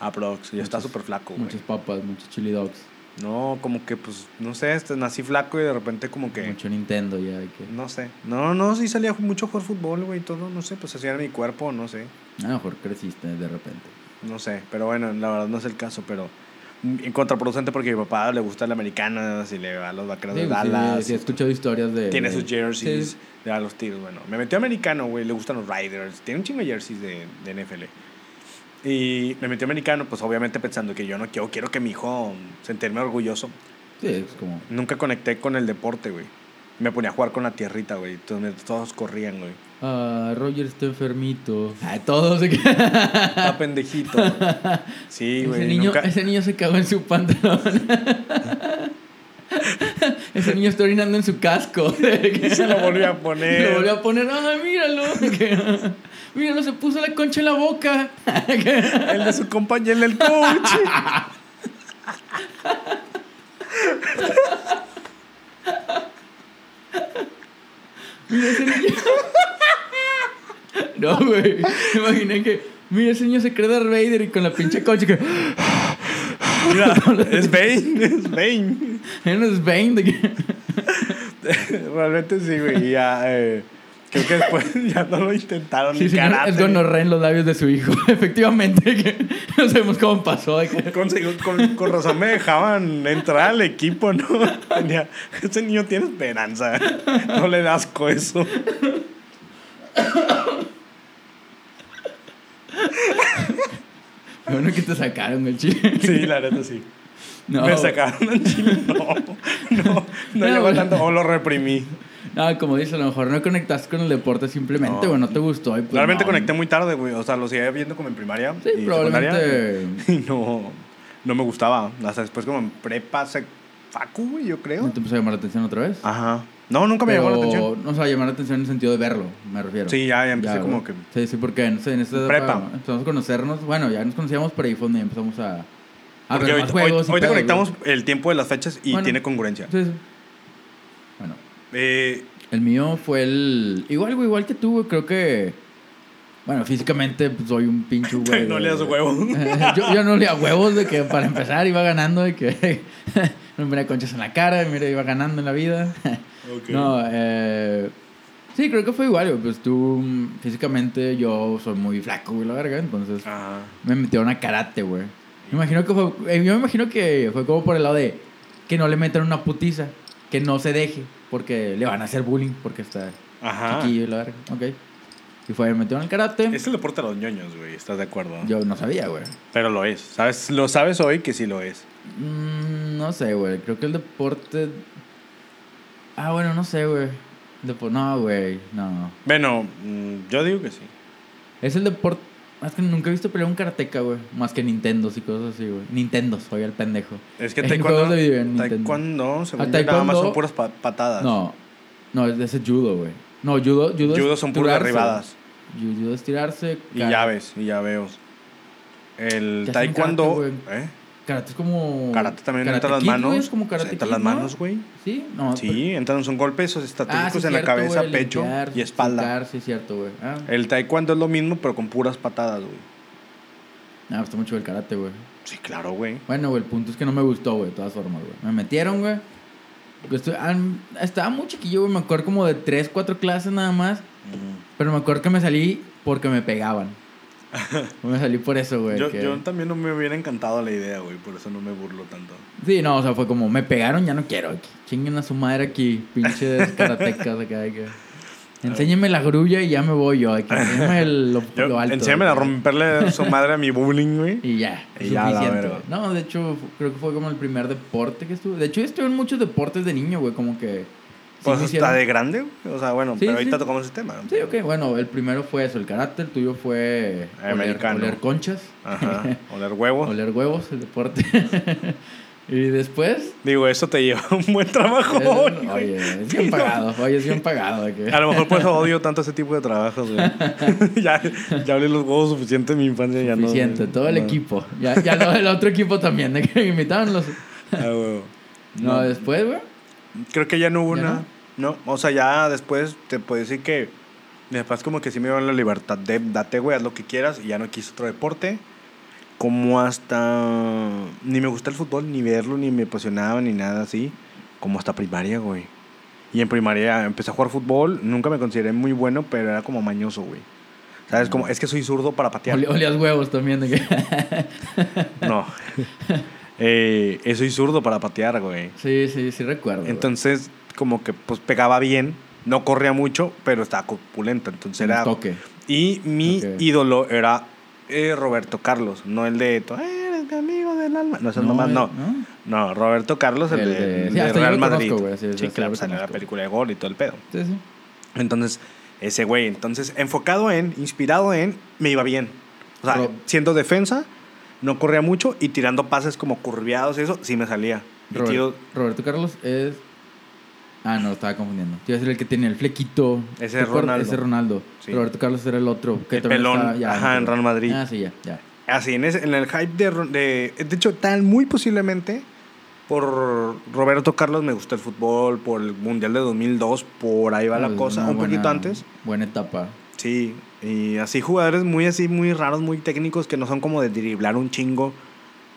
[SPEAKER 1] Aprox, yo estaba
[SPEAKER 2] Muchos-
[SPEAKER 1] súper flaco, güey.
[SPEAKER 2] Muchas papas, muchos chili dogs,
[SPEAKER 1] No, como que, pues, no sé, este, nací flaco y de repente como que...
[SPEAKER 2] mucho Nintendo ya. de Que,
[SPEAKER 1] No sé. No, no, sí salía mucho a jugar fútbol, güey, y todo, no sé, pues hacía mi cuerpo, no sé.
[SPEAKER 2] a lo mejor creciste de repente.
[SPEAKER 1] No sé, pero bueno, la verdad no es el caso, pero mm, contraproducente porque a mi papá le gusta la americana, si le va a los vaqueros
[SPEAKER 2] Sí,
[SPEAKER 1] de
[SPEAKER 2] sí,
[SPEAKER 1] Dallas.
[SPEAKER 2] sí, he escuchado historias de...
[SPEAKER 1] Tiene
[SPEAKER 2] de-
[SPEAKER 1] sus jerseys,
[SPEAKER 2] Sí,
[SPEAKER 1] le da los tiros, bueno. Me metió americano, güey, le gustan los Riders, tiene un chingo de jerseys de, de NFL. Y me metió americano, pues obviamente pensando que yo no quiero, quiero que mi hijo sentirme orgulloso.
[SPEAKER 2] sí, es como...
[SPEAKER 1] Nunca conecté con el deporte, güey. Me ponía a jugar con la tierrita, güey, entonces todos corrían, güey.
[SPEAKER 2] Ah, Roger está enfermito. Ah, todos se
[SPEAKER 1] Está pendejito. Sí,
[SPEAKER 2] ese,
[SPEAKER 1] güey.
[SPEAKER 2] niño,
[SPEAKER 1] nunca-
[SPEAKER 2] ese niño se cagó en su pantalón. ese niño está orinando en su casco.
[SPEAKER 1] Y se lo volvió a
[SPEAKER 2] Y
[SPEAKER 1] poner.
[SPEAKER 2] Lo volvió a poner. ¡Ah, míralo! Que- míralo, se puso la concha en la boca.
[SPEAKER 1] El de su compañero, el del coach.
[SPEAKER 2] Mira ese niño. No, güey. Me imaginé que. Mira, ese niño se cree Darth Vader y con la pinche concha que.
[SPEAKER 1] Mira, es Bane, es Bane.
[SPEAKER 2] "Ay, no es Bane. de que-
[SPEAKER 1] Realmente sí, güey. y Ya, eh, creo que después ya no lo intentaron
[SPEAKER 2] Sí,
[SPEAKER 1] ni
[SPEAKER 2] señor,
[SPEAKER 1] karate.
[SPEAKER 2] es gonorrea en los labios de su hijo. Efectivamente. que No sabemos cómo pasó. de que-
[SPEAKER 1] Con, con- con razón me dejaban entrar al equipo, ¿no? Tenía- ese niño tiene esperanza. No le das asco eso.
[SPEAKER 2] Qué Bueno, que te sacaron el chile.
[SPEAKER 1] Sí, la neta sí.
[SPEAKER 2] No,
[SPEAKER 1] Me
[SPEAKER 2] güey.
[SPEAKER 1] sacaron al chile. No, no, no
[SPEAKER 2] No,
[SPEAKER 1] llegó
[SPEAKER 2] güey.
[SPEAKER 1] tanto. O lo reprimí.
[SPEAKER 2] No, como dices, a lo mejor no conectaste con el deporte simplemente,
[SPEAKER 1] No.
[SPEAKER 2] güey, no, te gustó. y pues
[SPEAKER 1] Realmente
[SPEAKER 2] no.
[SPEAKER 1] conecté muy tarde, güey. O sea, lo seguía viendo como en primaria.
[SPEAKER 2] Sí,
[SPEAKER 1] y secundaria.
[SPEAKER 2] probablemente
[SPEAKER 1] Y no, no me gustaba. Hasta después como en prepa, sec- facu, güey, yo creo.
[SPEAKER 2] no te empezó a llamar la atención otra vez.
[SPEAKER 1] Ajá. No, nunca Ah, me llamó la atención.
[SPEAKER 2] No, o sea, llamar la atención en el sentido de verlo, me refiero.
[SPEAKER 1] Sí, ya, ya empecé como
[SPEAKER 2] güey.
[SPEAKER 1] que-
[SPEAKER 2] Sí, sí, porque no sé, en esta etapa
[SPEAKER 1] Prepa.
[SPEAKER 2] empezamos a conocernos. Bueno, ya nos conocíamos, pero ahí fue donde empezamos a, a
[SPEAKER 1] Porque
[SPEAKER 2] ver
[SPEAKER 1] hoy,
[SPEAKER 2] Ah, más
[SPEAKER 1] hoy-
[SPEAKER 2] juegos. y
[SPEAKER 1] hoy te
[SPEAKER 2] pedos,
[SPEAKER 1] conectamos el tiempo de las fechas y
[SPEAKER 2] Bueno.
[SPEAKER 1] tiene congruencia.
[SPEAKER 2] güey. Sí, sí. Bueno,
[SPEAKER 1] Eh,
[SPEAKER 2] El mío fue el. Igual, güey, igual que tú, güey. Creo que. Bueno, físicamente pues, soy un pinche güey.
[SPEAKER 1] no
[SPEAKER 2] de-
[SPEAKER 1] le das huevo.
[SPEAKER 2] yo, yo no olía huevos de que para empezar iba ganando, de que. no me ponía conchas en la cara, mira, iba ganando en la vida.
[SPEAKER 1] Ok.
[SPEAKER 2] No, eh. Sí, creo que fue igual, güey. Pues tú, mm, físicamente, yo soy muy flaco, güey, la verga. Entonces,
[SPEAKER 1] Ajá.
[SPEAKER 2] me metieron a karate, güey. Me imagino que fue, eh, yo me imagino que fue como por el lado de que no le metan una putiza, que no se deje, porque le van a hacer bullying, porque está
[SPEAKER 1] Ajá.
[SPEAKER 2] chiquillo y la verga. Ok. Y fue, me metieron al karate.
[SPEAKER 1] Ah. Es el deporte de los ñoños, güey. ¿Estás de acuerdo?
[SPEAKER 2] Yo no sabía, güey.
[SPEAKER 1] Pero lo es. ¿Sabes? Lo sabes hoy que sí lo es.
[SPEAKER 2] Mm, no sé, güey. Creo que el deporte. Ah, bueno, no sé, güey. Depo- No, güey. No.
[SPEAKER 1] Bueno, mm, yo digo que sí.
[SPEAKER 2] Es el deporte. Más que nunca he visto pelear un karateca, güey. Más que Nintendos y cosas así, güey. Nintendo, soy el pendejo.
[SPEAKER 1] Es que
[SPEAKER 2] En
[SPEAKER 1] taekwondo,
[SPEAKER 2] juegos de video en Nintendo.
[SPEAKER 1] taekwondo, según
[SPEAKER 2] Ah,
[SPEAKER 1] yo, nada más
[SPEAKER 2] taekwondo-
[SPEAKER 1] son puras pa- patadas.
[SPEAKER 2] No, no, es ese judo, güey. No, judo, judo,
[SPEAKER 1] Judo
[SPEAKER 2] es
[SPEAKER 1] son puras
[SPEAKER 2] tirarse.
[SPEAKER 1] derribadas.
[SPEAKER 2] Ju- Judo es tirarse.
[SPEAKER 1] Y
[SPEAKER 2] kara-
[SPEAKER 1] llaves, y llaveos. El
[SPEAKER 2] Ya hacen
[SPEAKER 1] taekwondo.
[SPEAKER 2] karate,
[SPEAKER 1] ¿eh?
[SPEAKER 2] Karate es como.
[SPEAKER 1] Karate también
[SPEAKER 2] Karate
[SPEAKER 1] entra las
[SPEAKER 2] Kid, güey,
[SPEAKER 1] manos.
[SPEAKER 2] es como karate
[SPEAKER 1] entra
[SPEAKER 2] Kid,
[SPEAKER 1] las
[SPEAKER 2] ¿no?
[SPEAKER 1] manos, güey.
[SPEAKER 2] Sí, no. pero-
[SPEAKER 1] Sí, entran, son golpes estratégicos
[SPEAKER 2] Ah, sí,
[SPEAKER 1] en
[SPEAKER 2] es
[SPEAKER 1] la
[SPEAKER 2] cierto,
[SPEAKER 1] cabeza,
[SPEAKER 2] güey,
[SPEAKER 1] pecho
[SPEAKER 2] limpiar,
[SPEAKER 1] y espalda. Eh.
[SPEAKER 2] soltar, sí, es cierto, güey. Ah,
[SPEAKER 1] El taekwondo es lo mismo, pero con puras patadas, güey.
[SPEAKER 2] no, me gusta ah, mucho el karate, güey.
[SPEAKER 1] Sí, claro, güey.
[SPEAKER 2] Bueno, güey, el punto es que no me gustó, güey, de todas formas, güey. Me metieron, güey. Yo estu- ah, estaba muy chiquillo, güey. Me acuerdo como de 3, 4 clases nada más. Pero me acuerdo que me salí porque me pegaban. me salí por eso, güey.
[SPEAKER 1] Yo,
[SPEAKER 2] que-
[SPEAKER 1] yo también no me hubiera encantado la idea, güey. Por eso no me burlo tanto.
[SPEAKER 2] Sí, no, o sea, fue como, me pegaron, ya no quiero. que Chinguen a su madre aquí, pinches karatecas acá. de que- Enséñeme la grulla y ya me voy yo. de que Enséñame el- lo,
[SPEAKER 1] Yo,
[SPEAKER 2] lo alto.
[SPEAKER 1] enséñame a
[SPEAKER 2] de que-
[SPEAKER 1] romperle su madre a mi bullying, güey.
[SPEAKER 2] Y ya,
[SPEAKER 1] Y ya, la
[SPEAKER 2] suficiente,
[SPEAKER 1] verga.
[SPEAKER 2] güey. No, de hecho, fu- creo que fue como el primer deporte que estuve. De hecho, yo estuve en muchos deportes de niño, güey, como que... sí
[SPEAKER 1] Pues
[SPEAKER 2] me
[SPEAKER 1] hasta
[SPEAKER 2] hicieron-
[SPEAKER 1] de grande, güey. O sea, bueno,
[SPEAKER 2] Sí,
[SPEAKER 1] pero
[SPEAKER 2] sí.
[SPEAKER 1] ahorita tocamos el tema.
[SPEAKER 2] Sí, ok, bueno, el primero fue eso, el carácter, el tuyo fue... oler-
[SPEAKER 1] Americano. Oh.
[SPEAKER 2] Oler conchas,
[SPEAKER 1] Ajá. Oler huevos.
[SPEAKER 2] oler huevos, el deporte. y después...
[SPEAKER 1] Digo, eso te lleva a un buen trabajo,
[SPEAKER 2] eh,
[SPEAKER 1] güey.
[SPEAKER 2] oye, es bien pagado, oye, es bien pagado. de que-
[SPEAKER 1] A lo mejor por eso odio tanto ese tipo de trabajos, güey. ya, ya hablé los huevos suficiente en mi infancia. Ya no,
[SPEAKER 2] Suficiente,
[SPEAKER 1] güey.
[SPEAKER 2] todo el
[SPEAKER 1] No.
[SPEAKER 2] equipo. Ya, ya lo del otro equipo también, de que me invitaban los...
[SPEAKER 1] Ah, güey.
[SPEAKER 2] No,
[SPEAKER 1] No.
[SPEAKER 2] después, güey.
[SPEAKER 1] Creo que ya no hubo
[SPEAKER 2] ¿Ya
[SPEAKER 1] nada. No, o sea, ya después te puedo decir que después como que sí me dio la libertad de date, güey, haz lo que quieras y ya no quise otro deporte. Como hasta... Ni me gusta el fútbol, ni verlo, ni me apasionaba, ni nada así. Como hasta primaria, güey. Y en primaria empecé a jugar fútbol, nunca me consideré muy bueno, pero era como mañoso, güey. ¿Sabes? Como, es que soy zurdo para patear.
[SPEAKER 2] Oli- Olías huevos también, de que...
[SPEAKER 1] No. eh, eh, soy zurdo para patear, güey.
[SPEAKER 2] Sí, sí, sí recuerdo. güey.
[SPEAKER 1] Entonces, como que pues pegaba bien, no corría mucho, pero estaba corpulento. Entonces
[SPEAKER 2] Un
[SPEAKER 1] era.
[SPEAKER 2] toque.
[SPEAKER 1] Y mi
[SPEAKER 2] Ok.
[SPEAKER 1] ídolo era eh, Roberto Carlos, no el de. "Tú Eres mi amigo del alma. No, esas mamás,
[SPEAKER 2] eh,
[SPEAKER 1] no. No, Roberto Carlos, el, de,
[SPEAKER 2] El de- sí,
[SPEAKER 1] de
[SPEAKER 2] hasta yo
[SPEAKER 1] Real
[SPEAKER 2] lo conozco,
[SPEAKER 1] Madrid.
[SPEAKER 2] güey, sí, hasta
[SPEAKER 1] sí,
[SPEAKER 2] yo
[SPEAKER 1] claro,
[SPEAKER 2] lo
[SPEAKER 1] salió la
[SPEAKER 2] conozco.
[SPEAKER 1] película de gol y todo el pedo.
[SPEAKER 2] Sí, sí.
[SPEAKER 1] Entonces, ese güey, entonces, enfocado en, inspirado en, me iba bien. O sea,
[SPEAKER 2] Ro-
[SPEAKER 1] siendo defensa, no corría mucho y tirando pases como curviados y eso, sí me salía. Y
[SPEAKER 2] Robert-
[SPEAKER 1] tiro-
[SPEAKER 2] Roberto Carlos es. Ah, no, estaba confundiendo. Te iba a decir el que tiene el flequito.
[SPEAKER 1] Ese
[SPEAKER 2] ¿Te
[SPEAKER 1] es
[SPEAKER 2] acuerdas?
[SPEAKER 1] Ronaldo.
[SPEAKER 2] Ese es Ronaldo.
[SPEAKER 1] Sí.
[SPEAKER 2] Roberto Carlos era el otro. Que
[SPEAKER 1] El
[SPEAKER 2] también
[SPEAKER 1] pelón,
[SPEAKER 2] estaba- ya,
[SPEAKER 1] ajá,
[SPEAKER 2] no
[SPEAKER 1] en
[SPEAKER 2] creo.
[SPEAKER 1] Real Madrid.
[SPEAKER 2] Ah, sí, ya, ya.
[SPEAKER 1] Así, en, ese- en el hype de, Ro- de... De hecho, tal, muy posiblemente, por Roberto Carlos me gustó el fútbol, por el Mundial de 2002, por ahí va la
[SPEAKER 2] Pues,
[SPEAKER 1] cosa,
[SPEAKER 2] una
[SPEAKER 1] un poquito
[SPEAKER 2] buena-
[SPEAKER 1] antes.
[SPEAKER 2] Buena etapa.
[SPEAKER 1] Sí, y así jugadores muy así, muy raros, muy técnicos, que no son como de driblar un chingo,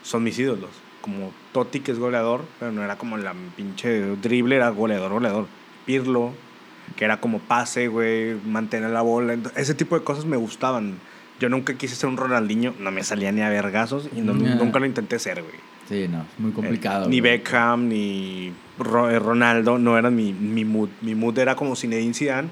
[SPEAKER 1] son mis ídolos. Como Totti, que es goleador, pero no era como la pinche drible, era goleador, goleador. Pirlo, que era como pase, güey, mantener la bola. Ento- ese tipo de cosas me gustaban. Yo nunca quise ser un Ronaldinho, no me salía ni a vergazos y no-
[SPEAKER 2] Nah.
[SPEAKER 1] nunca lo intenté ser, güey.
[SPEAKER 2] Sí, no, es muy
[SPEAKER 1] Eh,
[SPEAKER 2] complicado.
[SPEAKER 1] ni
[SPEAKER 2] güey.
[SPEAKER 1] Beckham, ni Ro- eh, Ronaldo, no eran mi, mi mood. Mi mood era como Zinedine Zidane,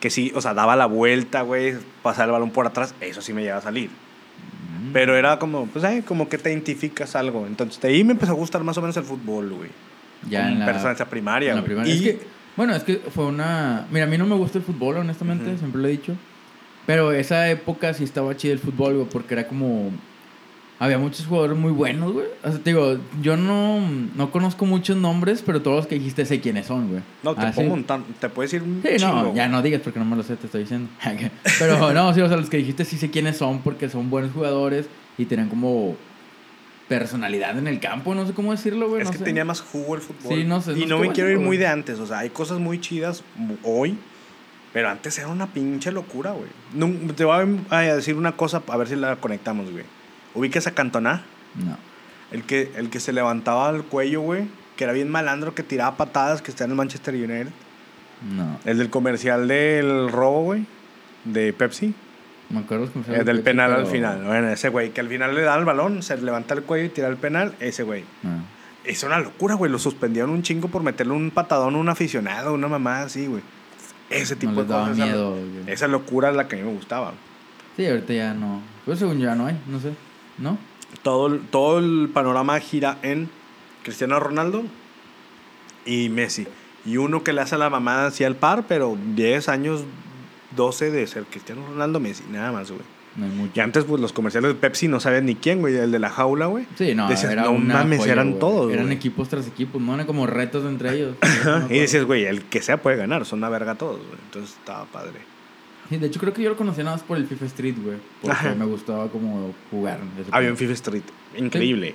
[SPEAKER 1] que sí, o sea, daba la vuelta, güey, pasaba el balón por atrás, eso sí me llevaba a salir.
[SPEAKER 2] Mm.
[SPEAKER 1] Pero era como, pues, ay, como que te identificas algo. Entonces, de ahí me empezó a gustar más o menos el fútbol, güey.
[SPEAKER 2] Ya
[SPEAKER 1] Como
[SPEAKER 2] en la,
[SPEAKER 1] persona primaria,
[SPEAKER 2] en la
[SPEAKER 1] güey.
[SPEAKER 2] primaria.
[SPEAKER 1] Y-
[SPEAKER 2] Es que, bueno, es que fue una. Mira, a mí no me gusta el fútbol, honestamente,
[SPEAKER 1] Ujú.
[SPEAKER 2] siempre lo he dicho. Pero esa época sí estaba chido el fútbol, güey, porque era como. Había muchos jugadores muy buenos, güey. O sea, te digo, yo no, no conozco muchos nombres, pero todos los que dijiste sé quiénes son, güey.
[SPEAKER 1] No, te
[SPEAKER 2] Ah,
[SPEAKER 1] puedo
[SPEAKER 2] ¿sí?
[SPEAKER 1] montar, te puedes ir un
[SPEAKER 2] Sí,
[SPEAKER 1] chingo.
[SPEAKER 2] no, ya no digas porque no me lo sé, te estoy diciendo. Pero no, sí, o sea, los que dijiste sí sé quiénes son porque son buenos jugadores y tenían como personalidad en el campo, no sé cómo decirlo, güey.
[SPEAKER 1] Es
[SPEAKER 2] no
[SPEAKER 1] que
[SPEAKER 2] sé.
[SPEAKER 1] tenía más jugo el fútbol.
[SPEAKER 2] Sí, no sé, no
[SPEAKER 1] y
[SPEAKER 2] sé
[SPEAKER 1] no me
[SPEAKER 2] cómo
[SPEAKER 1] quiero ir
[SPEAKER 2] decirlo,
[SPEAKER 1] muy
[SPEAKER 2] güey.
[SPEAKER 1] de antes. O sea, hay cosas muy chidas mu- hoy, pero antes era una pinche locura, güey. Nun- te voy a a decir una cosa, a ver si la conectamos, güey. Ubicas a Cantona,
[SPEAKER 2] No.
[SPEAKER 1] el que, el que se levantaba al cuello, güey, que era bien malandro, que tiraba patadas, que está en el Manchester United.
[SPEAKER 2] No,
[SPEAKER 1] El del comercial del robo, güey, de Pepsi.
[SPEAKER 2] me acuerdo los comerciales
[SPEAKER 1] El Eh, del
[SPEAKER 2] de Pepsi,
[SPEAKER 1] penal al
[SPEAKER 2] pero-
[SPEAKER 1] final. Bueno, ese güey, que al final le da el balón, se levanta el cuello y tira el penal, ese güey.
[SPEAKER 2] No.
[SPEAKER 1] Es una locura, güey. Lo suspendieron un chingo por meterle un patadón a un aficionado, una mamá así, güey. Ese tipo
[SPEAKER 2] no
[SPEAKER 1] de
[SPEAKER 2] les daba
[SPEAKER 1] cosas. esa-
[SPEAKER 2] miedo.
[SPEAKER 1] Esa,
[SPEAKER 2] güey.
[SPEAKER 1] locura es la que a mí me gustaba.
[SPEAKER 2] Sí, ahorita ya no. Pues según yo ya no hay, no sé. ¿No?
[SPEAKER 1] Todo, el- todo el panorama gira en Cristiano Ronaldo y Messi. Y uno que le hace a la mamá así al par, pero 10 años, 12 de ser Cristiano Ronaldo, Messi. Nada más, güey.
[SPEAKER 2] No hay mucho.
[SPEAKER 1] Y antes, pues los comerciales de Pepsi no sabían ni quién, güey. El de la jaula, güey.
[SPEAKER 2] Sí, no,
[SPEAKER 1] Decías,
[SPEAKER 2] era
[SPEAKER 1] no
[SPEAKER 2] una
[SPEAKER 1] mames,
[SPEAKER 2] joya,
[SPEAKER 1] eran
[SPEAKER 2] güey.
[SPEAKER 1] todos,
[SPEAKER 2] Eran
[SPEAKER 1] güey.
[SPEAKER 2] equipos tras equipos, no eran como retos entre ellos. No me
[SPEAKER 1] Y
[SPEAKER 2] acuerdo.
[SPEAKER 1] decías, güey, el que sea puede ganar. Son una verga todos, güey. Entonces estaba padre.
[SPEAKER 2] Sí, de hecho creo que yo lo conocía nada más por el FIFA Street, güey. Porque
[SPEAKER 1] Ajá.
[SPEAKER 2] me gustaba como jugar. ese
[SPEAKER 1] Había un FIFA
[SPEAKER 2] juego.
[SPEAKER 1] Street. Increíble.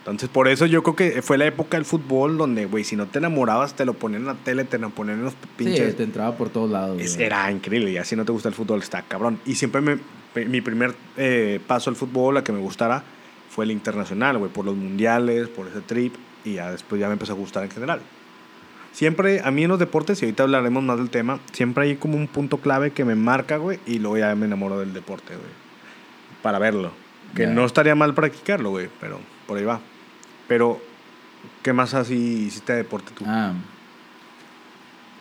[SPEAKER 1] Entonces, por eso yo creo que fue la época del fútbol donde, güey, si no te enamorabas, te lo ponían en la tele, te lo ponían en los pinches.
[SPEAKER 2] Sí, te entraba por todos lados.
[SPEAKER 1] Es-
[SPEAKER 2] güey.
[SPEAKER 1] era increíble. Y así no te gusta el fútbol, está cabrón. Y siempre me, pe- mi primer eh, paso al fútbol, a que me gustara, fue el internacional, güey, por los mundiales, por ese trip. Y ya después ya me empezó a gustar en general. Siempre, a mí en los deportes, y ahorita hablaremos más del tema, siempre hay como un punto clave que me marca, güey, y luego ya me enamoro del deporte, güey. Para verlo. Que
[SPEAKER 2] Ya.
[SPEAKER 1] no estaría mal practicarlo, güey, pero por ahí va. Pero, ¿qué más así hiciste de deporte tú?
[SPEAKER 2] Ah.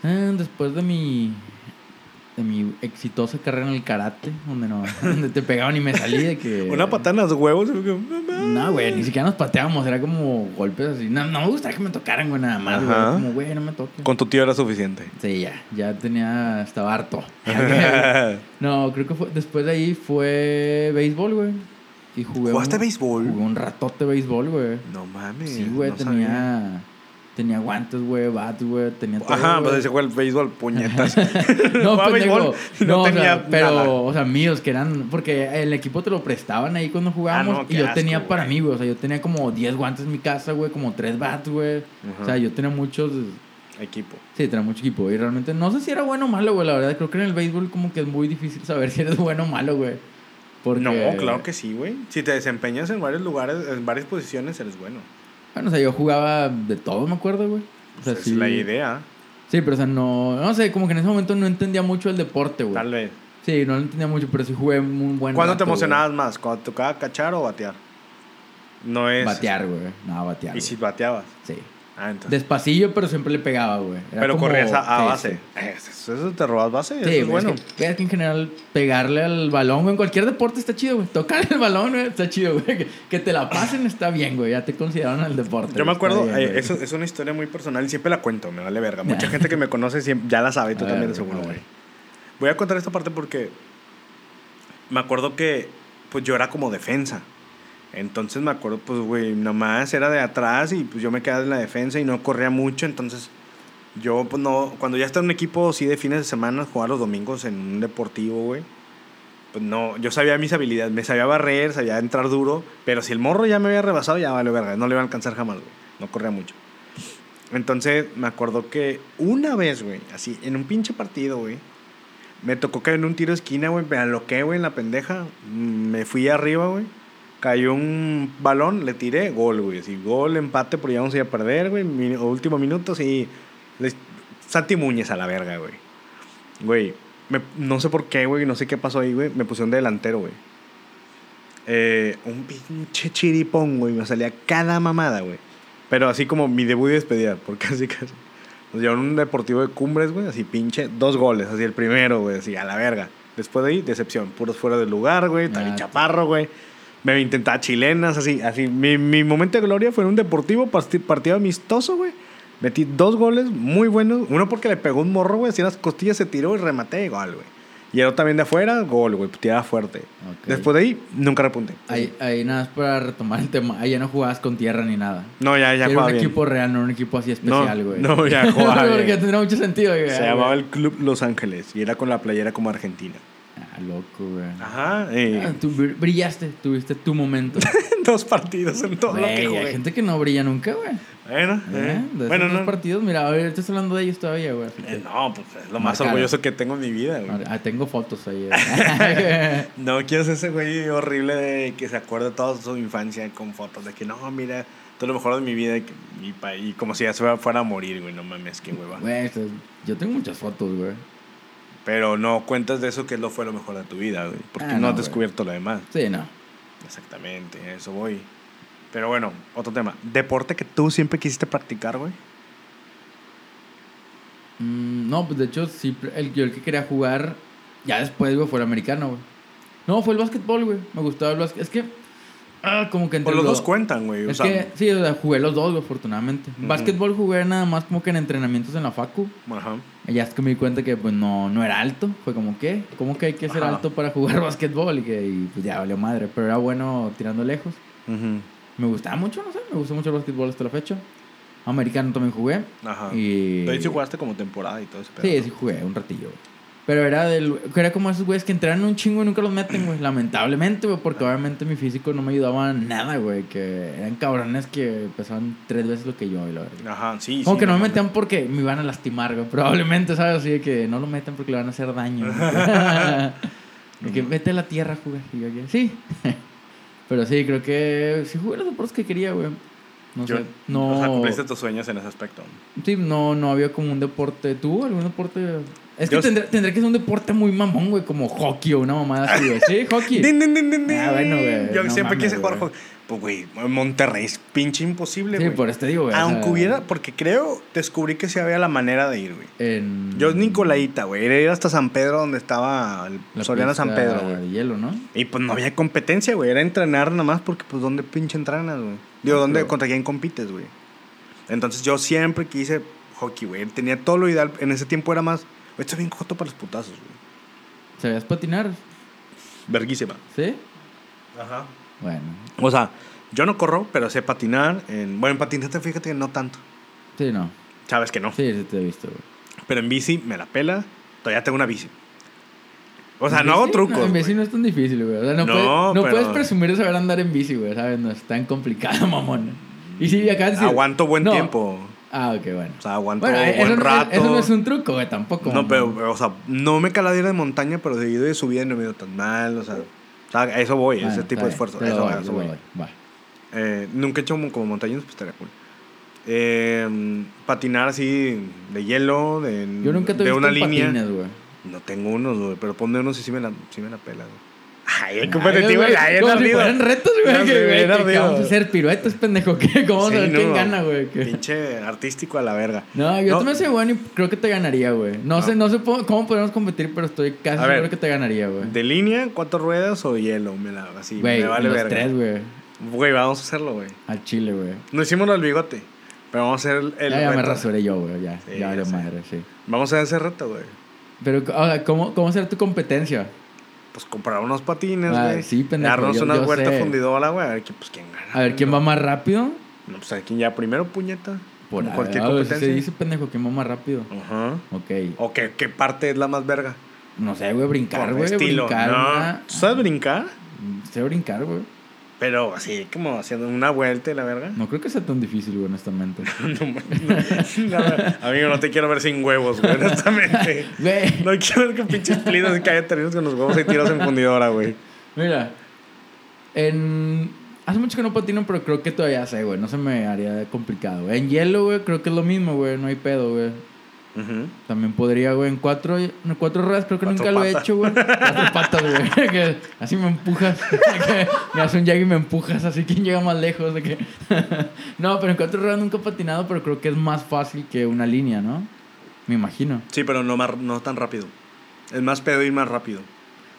[SPEAKER 2] Ah, después de mi de mi exitosa carrera en el karate, donde no, donde te pegaban y me salí de que
[SPEAKER 1] Una patada en los huevos. y yo, "Mamá".
[SPEAKER 2] eh. No, güey, ni siquiera nos pateábamos, era como golpes así. No, no me gustaría que me tocaran, güey, nada más, güey.
[SPEAKER 1] Ajá.
[SPEAKER 2] Como, güey, no me toques.
[SPEAKER 1] Con tu tío era suficiente.
[SPEAKER 2] Sí, ya, ya tenía, estaba harto. no, creo que fue, después de ahí fue béisbol, güey. Y jugué.
[SPEAKER 1] ¿Jugaste
[SPEAKER 2] un-
[SPEAKER 1] béisbol?
[SPEAKER 2] Jugué un ratote béisbol, güey.
[SPEAKER 1] No mames.
[SPEAKER 2] Sí, güey,
[SPEAKER 1] no
[SPEAKER 2] tenía.
[SPEAKER 1] sabía.
[SPEAKER 2] Tenía guantes, güey, bats, güey, tenía todo.
[SPEAKER 1] Ajá,
[SPEAKER 2] güey.
[SPEAKER 1] pues se juega el béisbol, puñetas.
[SPEAKER 2] No,
[SPEAKER 1] Jugaba
[SPEAKER 2] pendejo.
[SPEAKER 1] béisbol,
[SPEAKER 2] No,
[SPEAKER 1] no
[SPEAKER 2] o sea,
[SPEAKER 1] tenía
[SPEAKER 2] pero,
[SPEAKER 1] nada.
[SPEAKER 2] o sea, míos, que eran. Porque el equipo te lo prestaban ahí cuando jugábamos.
[SPEAKER 1] Ah, no, qué
[SPEAKER 2] y yo
[SPEAKER 1] asco,
[SPEAKER 2] tenía
[SPEAKER 1] güey.
[SPEAKER 2] para mí, güey. O sea, yo tenía como 10 guantes en mi casa, güey, como 3 bats, güey.
[SPEAKER 1] Ajá.
[SPEAKER 2] O sea, yo tenía muchos.
[SPEAKER 1] Equipo.
[SPEAKER 2] Sí, tenía mucho equipo. Y realmente no sé si era bueno o malo, güey. La verdad, creo que en el béisbol como que es muy difícil saber si eres bueno o malo, güey. Porque...
[SPEAKER 1] No, claro que sí, güey. Si te desempeñas en varios lugares, en varias posiciones, eres bueno.
[SPEAKER 2] Bueno, o sea, yo jugaba de todo, me acuerdo, güey. O sea,
[SPEAKER 1] Esa
[SPEAKER 2] sí.
[SPEAKER 1] es la idea,
[SPEAKER 2] Sí, pero o sea, no... No sé, como que en ese momento no entendía mucho el deporte, güey.
[SPEAKER 1] tal vez.
[SPEAKER 2] Sí, no lo entendía mucho, pero sí jugué un buen
[SPEAKER 1] ¿Cuándo
[SPEAKER 2] rato,
[SPEAKER 1] te
[SPEAKER 2] güey.
[SPEAKER 1] emocionabas más? ¿Cuando te tocaba cachar o batear? No es.
[SPEAKER 2] Batear, güey. No, batear.
[SPEAKER 1] Y
[SPEAKER 2] güey.
[SPEAKER 1] si bateabas.
[SPEAKER 2] Sí.
[SPEAKER 1] Ah, entonces.
[SPEAKER 2] Despacillo, pero siempre le pegaba, güey. Era
[SPEAKER 1] Pero
[SPEAKER 2] como-
[SPEAKER 1] corrías a, a
[SPEAKER 2] sí,
[SPEAKER 1] base. Eh, Eso, eso te robas base.
[SPEAKER 2] Sí,
[SPEAKER 1] eso
[SPEAKER 2] güey,
[SPEAKER 1] es bueno.
[SPEAKER 2] Es que, es que en general pegarle al balón, güey, en cualquier deporte está chido, güey. Tocar el balón, güey, está chido, güey. Que, que te la pasen está bien, güey. Ya te consideraron al deporte.
[SPEAKER 1] Yo me
[SPEAKER 2] güey,
[SPEAKER 1] acuerdo,
[SPEAKER 2] está bien,
[SPEAKER 1] eh,
[SPEAKER 2] güey.
[SPEAKER 1] eso es una historia muy personal y siempre la cuento, me vale verga. Mucha gente que me conoce siempre- ya la sabe, tú
[SPEAKER 2] A
[SPEAKER 1] también
[SPEAKER 2] ver,
[SPEAKER 1] seguro,
[SPEAKER 2] a ver.
[SPEAKER 1] güey. Voy a contar esta parte porque me acuerdo que pues yo era como defensa. Entonces me acuerdo, pues, güey, nomás era de atrás y pues yo me quedaba en la defensa y no corría mucho. Entonces yo, pues no, cuando ya está en un equipo sí de fines de semana, jugar los domingos en un deportivo, güey. Pues no, yo sabía mis habilidades, me sabía barrer, sabía entrar duro, pero si el morro ya me había rebasado, ya vale verga, no le iba a alcanzar jamás, güey. No corría mucho. Entonces me acuerdo que una vez, güey, así, en un pinche partido, güey, me tocó caer en un tiro de esquina, güey, me aloqué, güey, en la pendeja, mm, me fui arriba, güey, cayó un balón, le tiré, gol, güey, así, gol, empate, porque ya vamos a ir a perder, güey, mi- último minuto, sí, les- Santi Muñez a la verga, güey. Güey, me- no sé por qué, güey, no sé qué pasó ahí, güey, me pusieron de delantero, güey. Eh, un pinche chiripón, güey, me salía cada mamada, güey. Pero así como mi debut y despedida, porque así casi. Nos llevaron un deportivo de cumbres, güey, así pinche, dos goles, así el primero, güey, así a la verga. Después de ahí, decepción, puros fuera del lugar, güey, Tari
[SPEAKER 2] Ah,
[SPEAKER 1] Chaparro, güey. Me intentaba chilenas, así, así. Mi, mi momento de gloria fue en un deportivo parti- partido amistoso, güey. Metí dos goles muy buenos. Uno porque le pegó un morro, güey, así en las costillas se tiró y rematé, gol, güey. Y el otro también de afuera, gol, güey, tiraba fuerte.
[SPEAKER 2] Ok.
[SPEAKER 1] Después de ahí, nunca repunté.
[SPEAKER 2] Ahí, ahí nada más para retomar el tema. Ahí ya no jugabas con tierra ni nada.
[SPEAKER 1] No, ya, ya
[SPEAKER 2] Era
[SPEAKER 1] jugaba
[SPEAKER 2] un
[SPEAKER 1] bien.
[SPEAKER 2] equipo real, no un equipo así especial, güey.
[SPEAKER 1] no, ya jugaba bien.
[SPEAKER 2] Porque tendría mucho sentido, güey.
[SPEAKER 1] Se llamaba el Club Los Ángeles y era con la playera como argentina.
[SPEAKER 2] Ah, loco, güey.
[SPEAKER 1] Ajá.
[SPEAKER 2] Ah,
[SPEAKER 1] eh,
[SPEAKER 2] tú br- brillaste, tuviste tu momento.
[SPEAKER 1] dos partidos en todo lo que
[SPEAKER 2] Güey, hay
[SPEAKER 1] jugué.
[SPEAKER 2] gente que no brilla nunca, güey.
[SPEAKER 1] Bueno, eh,
[SPEAKER 2] ¿Eh? De
[SPEAKER 1] bueno,
[SPEAKER 2] esos
[SPEAKER 1] no.
[SPEAKER 2] dos partidos, mira, ahorita estás hablando de ellos todavía, güey. fíjate.
[SPEAKER 1] Eh, no, pues es lo más
[SPEAKER 2] Marcaron.
[SPEAKER 1] orgulloso que tengo en mi vida, güey.
[SPEAKER 2] Ah, tengo fotos ahí. eh.
[SPEAKER 1] No quiero ser ese güey horrible de que se acuerda toda su infancia con fotos de que no, mira, todo lo mejor de mi vida y, que- y pa- y como si ya se fuera a morir, güey, no mames, qué hueva.
[SPEAKER 2] Güey, esto- yo tengo muchas fotos, güey.
[SPEAKER 1] Pero no cuentas de eso que lo fue lo mejor de tu vida, güey, porque
[SPEAKER 2] Ah,
[SPEAKER 1] no,
[SPEAKER 2] no,
[SPEAKER 1] has
[SPEAKER 2] güey.
[SPEAKER 1] descubierto lo demás.
[SPEAKER 2] Sí, no.
[SPEAKER 1] Exactamente, a eso voy. Pero bueno, otro tema. ¿Deporte que tú siempre quisiste practicar, güey?
[SPEAKER 2] Mm, no, pues de hecho, sí, el, yo el que quería jugar ya después, güey, fue el americano, güey. No, fue el básquetbol, güey. Me gustaba el básquet. Es que, ah, como que entre
[SPEAKER 1] Por Pues los
[SPEAKER 2] lo-
[SPEAKER 1] dos cuentan, güey. o
[SPEAKER 2] Es
[SPEAKER 1] sea,
[SPEAKER 2] que, sí, o sea, jugué los dos, güey, afortunadamente.
[SPEAKER 1] Ujú.
[SPEAKER 2] Básquetbol jugué nada más como que en entrenamientos en la facu.
[SPEAKER 1] Ajá.
[SPEAKER 2] Y Ya es que me di cuenta que pues no, no era alto. Fue como, ¿qué? ¿Cómo que hay que ser
[SPEAKER 1] Ajá.
[SPEAKER 2] alto para jugar básquetbol? Y que y, pues, ya valió madre. Pero era bueno tirando lejos.
[SPEAKER 1] Ujú,
[SPEAKER 2] Me gustaba mucho, no sé. Me gustó mucho el básquetbol hasta la fecha. Americano también jugué.
[SPEAKER 1] Ajá.
[SPEAKER 2] Y...
[SPEAKER 1] Pero Ah. ahí sí jugaste como temporada y todo eso.
[SPEAKER 2] Sí, sí jugué un ratillo. güey. Pero era del que era como esos güeyes que entrenan un chingo y nunca los meten, güey. Lamentablemente, güey, porque obviamente mi físico no me ayudaba nada, güey. Que eran cabrones que pesaban tres veces lo que yo, y la verdad.
[SPEAKER 1] Ajá, sí.
[SPEAKER 2] Como
[SPEAKER 1] sí,
[SPEAKER 2] que no me
[SPEAKER 1] mames.
[SPEAKER 2] metan porque me iban a lastimar, güey. Probablemente, ¿sabes? Así de que no lo metan porque le van a hacer daño. De que vete a la tierra a jugar. Y yo, que, sí. Pero sí, creo que sí jugué los deportes que quería, güey. No
[SPEAKER 1] Yo-
[SPEAKER 2] sé. No.
[SPEAKER 1] O sea, cumpliste tus sueños en ese aspecto.
[SPEAKER 2] Sí, no, no había como un deporte. ¿Tú algún deporte? Es que
[SPEAKER 1] Yo-
[SPEAKER 2] tendré, tendré que ser un deporte muy mamón, güey, como hockey o una mamada así, güey. Sí, hockey.
[SPEAKER 1] Din, din, din, din, din.
[SPEAKER 2] Ah, bueno, güey,
[SPEAKER 1] Yo
[SPEAKER 2] no
[SPEAKER 1] siempre
[SPEAKER 2] mames,
[SPEAKER 1] quise jugar
[SPEAKER 2] güey.
[SPEAKER 1] hockey. Pues, güey, Monterrey es pinche imposible,
[SPEAKER 2] Sí,
[SPEAKER 1] güey.
[SPEAKER 2] por este digo, güey. o sea,
[SPEAKER 1] Aunque hubiera, porque creo, descubrí que sí había la manera de ir, güey.
[SPEAKER 2] En...
[SPEAKER 1] Yo Nicolaita, güey. Era ir hasta San Pedro, donde estaba el
[SPEAKER 2] la
[SPEAKER 1] Soriana San
[SPEAKER 2] pista
[SPEAKER 1] Pedro, güey.
[SPEAKER 2] De hielo, ¿no?
[SPEAKER 1] Y pues no había competencia, güey. Era entrenar nada más porque, pues, ¿dónde pinche entrenas, güey? Digo, ¿dónde,
[SPEAKER 2] pero-
[SPEAKER 1] contra quién compites, güey? Entonces yo siempre quise hockey, güey. Tenía todo lo ideal. En ese tiempo era más, güey, está bien joto para los putazos, güey.
[SPEAKER 2] ¿Sabías patinar?
[SPEAKER 1] Verguísima.
[SPEAKER 2] ¿Sí?
[SPEAKER 1] Ajá.
[SPEAKER 2] Bueno.
[SPEAKER 1] O sea, yo no corro, pero sé patinar. En, bueno, en patineta, fíjate que no tanto.
[SPEAKER 2] Sí, no.
[SPEAKER 1] Sabes que no.
[SPEAKER 2] Sí, sí te he visto, güey.
[SPEAKER 1] Pero en bici me la pela. Todavía tengo una bici. O sea,
[SPEAKER 2] ¿En
[SPEAKER 1] no hago
[SPEAKER 2] bici?
[SPEAKER 1] trucos.
[SPEAKER 2] en
[SPEAKER 1] güey.
[SPEAKER 2] bici no es tan difícil, güey. O sea,
[SPEAKER 1] No,
[SPEAKER 2] no, puedes, no
[SPEAKER 1] pero-
[SPEAKER 2] puedes presumir de saber andar en bici, güey, ¿sabes? No es tan complicado, mamón. Y sí, acá sí-
[SPEAKER 1] Aguanto buen
[SPEAKER 2] No.
[SPEAKER 1] tiempo.
[SPEAKER 2] Ah, ok, bueno.
[SPEAKER 1] O sea, aguanto
[SPEAKER 2] Bueno, eh,
[SPEAKER 1] buen
[SPEAKER 2] eso, no-
[SPEAKER 1] rato.
[SPEAKER 2] eso no es un truco, güey, tampoco.
[SPEAKER 1] No,
[SPEAKER 2] mamón.
[SPEAKER 1] pero, o sea, no me caladera de montaña, pero de ida y de subida no me dio tan mal. O sea, o sea, a eso voy,
[SPEAKER 2] Bueno,
[SPEAKER 1] ese
[SPEAKER 2] está
[SPEAKER 1] tipo de
[SPEAKER 2] bien,
[SPEAKER 1] esfuerzo.
[SPEAKER 2] te lo
[SPEAKER 1] eso
[SPEAKER 2] doy,
[SPEAKER 1] voy, eso
[SPEAKER 2] te lo
[SPEAKER 1] voy.
[SPEAKER 2] doy. Va.
[SPEAKER 1] Eh, nunca he hecho como, como montañas, pues estaría cool. Eh, patinar así de hielo, de,
[SPEAKER 2] Yo nunca te he
[SPEAKER 1] de
[SPEAKER 2] visto
[SPEAKER 1] una
[SPEAKER 2] en
[SPEAKER 1] línea.
[SPEAKER 2] patines, güey.
[SPEAKER 1] No tengo unos, güey, pero ponme unos y sí me la, sí me la pela, güey. Ay, el
[SPEAKER 2] Ay,
[SPEAKER 1] competitivo,
[SPEAKER 2] güey,
[SPEAKER 1] ay, bien
[SPEAKER 2] Como si
[SPEAKER 1] ardido.
[SPEAKER 2] fueran retos, güey.
[SPEAKER 1] Ya
[SPEAKER 2] que-
[SPEAKER 1] sé,
[SPEAKER 2] güey,
[SPEAKER 1] bien
[SPEAKER 2] que- que
[SPEAKER 1] ardido.
[SPEAKER 2] vamos a hacer piruetas, pendejo. ¿Qué? ¿Cómo vamos
[SPEAKER 1] Sí,
[SPEAKER 2] a ver quién
[SPEAKER 1] no,
[SPEAKER 2] gana, güey? ¿Qué?
[SPEAKER 1] Pinche artístico a la verga.
[SPEAKER 2] No, yo
[SPEAKER 1] No.
[SPEAKER 2] también soy bueno y creo que te ganaría, güey. No,
[SPEAKER 1] No.
[SPEAKER 2] sé, no sé po- cómo podemos competir, pero estoy casi
[SPEAKER 1] A ver.
[SPEAKER 2] seguro que te ganaría, güey.
[SPEAKER 1] ¿De línea, cuatro ruedas o hielo? Me la, así,
[SPEAKER 2] Güey,
[SPEAKER 1] me vale
[SPEAKER 2] los
[SPEAKER 1] verga.
[SPEAKER 2] tres, güey.
[SPEAKER 1] Güey, vamos a hacerlo, güey.
[SPEAKER 2] Al chile, güey.
[SPEAKER 1] No hicimos lo del bigote, pero vamos a hacer el. el
[SPEAKER 2] Ya, ya me
[SPEAKER 1] reto.
[SPEAKER 2] rasuré yo, güey. Ya,
[SPEAKER 1] Sí,
[SPEAKER 2] ya valió
[SPEAKER 1] ya sé.
[SPEAKER 2] madre, sí.
[SPEAKER 1] Vamos a hacer ese reto, güey.
[SPEAKER 2] Pero, o sea, ¿cómo, cómo será tu competencia?
[SPEAKER 1] Pues comprar unos patines,
[SPEAKER 2] Ah,
[SPEAKER 1] güey.
[SPEAKER 2] sí, pendejo,
[SPEAKER 1] Darnos
[SPEAKER 2] yo-
[SPEAKER 1] una
[SPEAKER 2] yo
[SPEAKER 1] huerta
[SPEAKER 2] sé.
[SPEAKER 1] fundidola, güey. A ver quién, pues, quién gana.
[SPEAKER 2] A ver, ¿quién va más rápido?
[SPEAKER 1] No, pues a ver quién ya primero, puñeta.
[SPEAKER 2] Por
[SPEAKER 1] Por
[SPEAKER 2] ahí,
[SPEAKER 1] cualquier
[SPEAKER 2] ah, güey, si
[SPEAKER 1] competencia.
[SPEAKER 2] Se dice, pendejo, ¿quién va más rápido?
[SPEAKER 1] Ajá.
[SPEAKER 2] Ok.
[SPEAKER 1] O qué, qué parte es la más verga.
[SPEAKER 2] No sé, güey, brincar,
[SPEAKER 1] Por
[SPEAKER 2] güey.
[SPEAKER 1] estilo,
[SPEAKER 2] Brincar,
[SPEAKER 1] ¿no?
[SPEAKER 2] una- Mm,
[SPEAKER 1] ¿Tú sabes brincar?
[SPEAKER 2] Sé brincar, güey.
[SPEAKER 1] Pero así, como haciendo una vuelta y la verga.
[SPEAKER 2] No creo que sea tan difícil, güey, honestamente.
[SPEAKER 1] No, no, no, amigo, no te quiero ver sin huevos, güey, honestamente.
[SPEAKER 2] Güey,
[SPEAKER 1] No quiero ver que pinches plinos se caigan terribles con los huevos y tiros en fundidora, güey.
[SPEAKER 2] mira. En... Hace mucho que no patino, pero creo que todavía sé, güey. No se me haría complicado. güey. En hielo, güey, creo que es lo mismo, güey. No hay pedo, güey.
[SPEAKER 1] Ujú.
[SPEAKER 2] También podría, güey. En cuatro, en cuatro ruedas creo que
[SPEAKER 1] Cuatro
[SPEAKER 2] nunca lo he
[SPEAKER 1] patas.
[SPEAKER 2] hecho, güey. Cuatro patas, güey. Que así me empujas. Que me hace un jag y me empujas. Así quien llega más lejos. de que... no, pero en cuatro ruedas nunca he patinado, pero creo que es más fácil que una línea, ¿no? Me imagino.
[SPEAKER 1] Sí, pero no, más- no tan rápido. Es más pedo ir más rápido.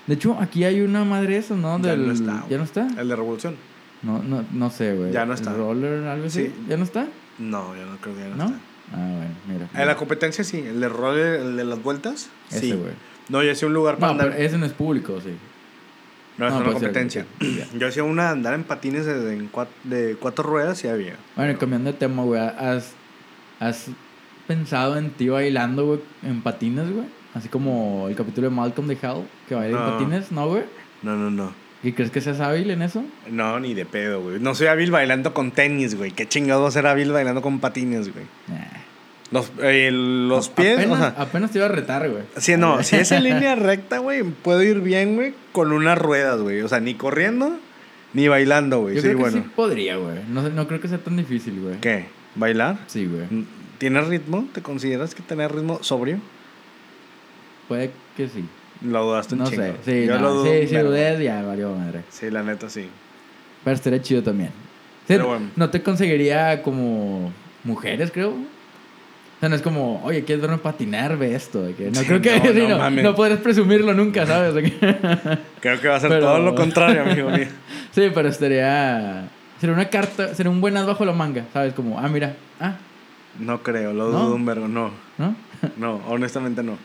[SPEAKER 2] De hecho, aquí hay una madre esa, ¿no?
[SPEAKER 1] Ya
[SPEAKER 2] Del-
[SPEAKER 1] no está, güey.
[SPEAKER 2] ¿Ya no está?
[SPEAKER 1] ¿El de revolución?
[SPEAKER 2] No, no, no sé, güey.
[SPEAKER 1] Ya no está.
[SPEAKER 2] ¿El roller, algo así?
[SPEAKER 1] Sí.
[SPEAKER 2] ¿Ya no está?
[SPEAKER 1] No, yo no creo que ya no,
[SPEAKER 2] ¿No?
[SPEAKER 1] está.
[SPEAKER 2] Ah, bueno, mira.
[SPEAKER 1] En la competencia sí, el de roller, el de las vueltas.
[SPEAKER 2] Ese,
[SPEAKER 1] sí.
[SPEAKER 2] güey.
[SPEAKER 1] No, yo hacía un lugar para
[SPEAKER 2] No, pero
[SPEAKER 1] andar.
[SPEAKER 2] ese no es público, sí.
[SPEAKER 1] No, es
[SPEAKER 2] no,
[SPEAKER 1] una
[SPEAKER 2] pues, sí,
[SPEAKER 1] competencia.
[SPEAKER 2] sí, ya.
[SPEAKER 1] Yo hacía una de andar en patines de, en cua- de cuatro ruedas y había.
[SPEAKER 2] Bueno, y cambiando de tema, güey, ¿has, has pensado en ti bailando, güey, en patines, güey? Así como el capítulo de Malcolm de Hell, que baila en
[SPEAKER 1] No.
[SPEAKER 2] patines, ¿no, güey?
[SPEAKER 1] No, no, no.
[SPEAKER 2] ¿Y crees que seas hábil en eso?
[SPEAKER 1] No, ni de pedo, güey. No soy hábil bailando con tenis, güey. Qué chingado ser hábil bailando con patines, güey. Los, eh, los pies,
[SPEAKER 2] apenas,
[SPEAKER 1] o sea.
[SPEAKER 2] apenas te iba a retar, güey.
[SPEAKER 1] Si, no, si es en línea recta, güey, puedo ir bien, güey, con unas ruedas, güey. O sea, ni corriendo, ni bailando, güey.
[SPEAKER 2] Yo
[SPEAKER 1] Sí,
[SPEAKER 2] creo que
[SPEAKER 1] bueno.
[SPEAKER 2] sí podría, güey. No, sé- no creo que sea tan difícil, güey.
[SPEAKER 1] ¿Qué? Mm. ¿Bailar?
[SPEAKER 2] Sí, güey.
[SPEAKER 1] ¿Tienes ritmo? ¿Te consideras que tener ritmo sobrio?
[SPEAKER 2] Puede que sí.
[SPEAKER 1] Lo dudaste un
[SPEAKER 2] No
[SPEAKER 1] chingo.
[SPEAKER 2] sé. Sí,
[SPEAKER 1] Yo
[SPEAKER 2] no,
[SPEAKER 1] lo dudo
[SPEAKER 2] sí,
[SPEAKER 1] un
[SPEAKER 2] sí,
[SPEAKER 1] vergo.
[SPEAKER 2] dudé, ya valió madre.
[SPEAKER 1] Sí, la neta, sí.
[SPEAKER 2] Pero estaría chido también. Sí,
[SPEAKER 1] Pero bueno.
[SPEAKER 2] No te conseguiría como mujeres, creo. O sea, no es como, oye, ¿quieres verme patinar? Ve esto. de que no
[SPEAKER 1] Sí,
[SPEAKER 2] creo que...
[SPEAKER 1] no,
[SPEAKER 2] sí,
[SPEAKER 1] no
[SPEAKER 2] no,
[SPEAKER 1] mames.
[SPEAKER 2] no podrías presumirlo nunca, ¿sabes? De que-
[SPEAKER 1] Creo que va a ser
[SPEAKER 2] Pero-
[SPEAKER 1] todo lo contrario, amigo mío.
[SPEAKER 2] sí, pero estaría... Sería una carta, sería un buen as bajo la manga, ¿sabes? Como, ah, mira, ah,
[SPEAKER 1] No creo, lo
[SPEAKER 2] ¿No?
[SPEAKER 1] dudo un vergo, no.
[SPEAKER 2] ¿no?
[SPEAKER 1] No, honestamente no.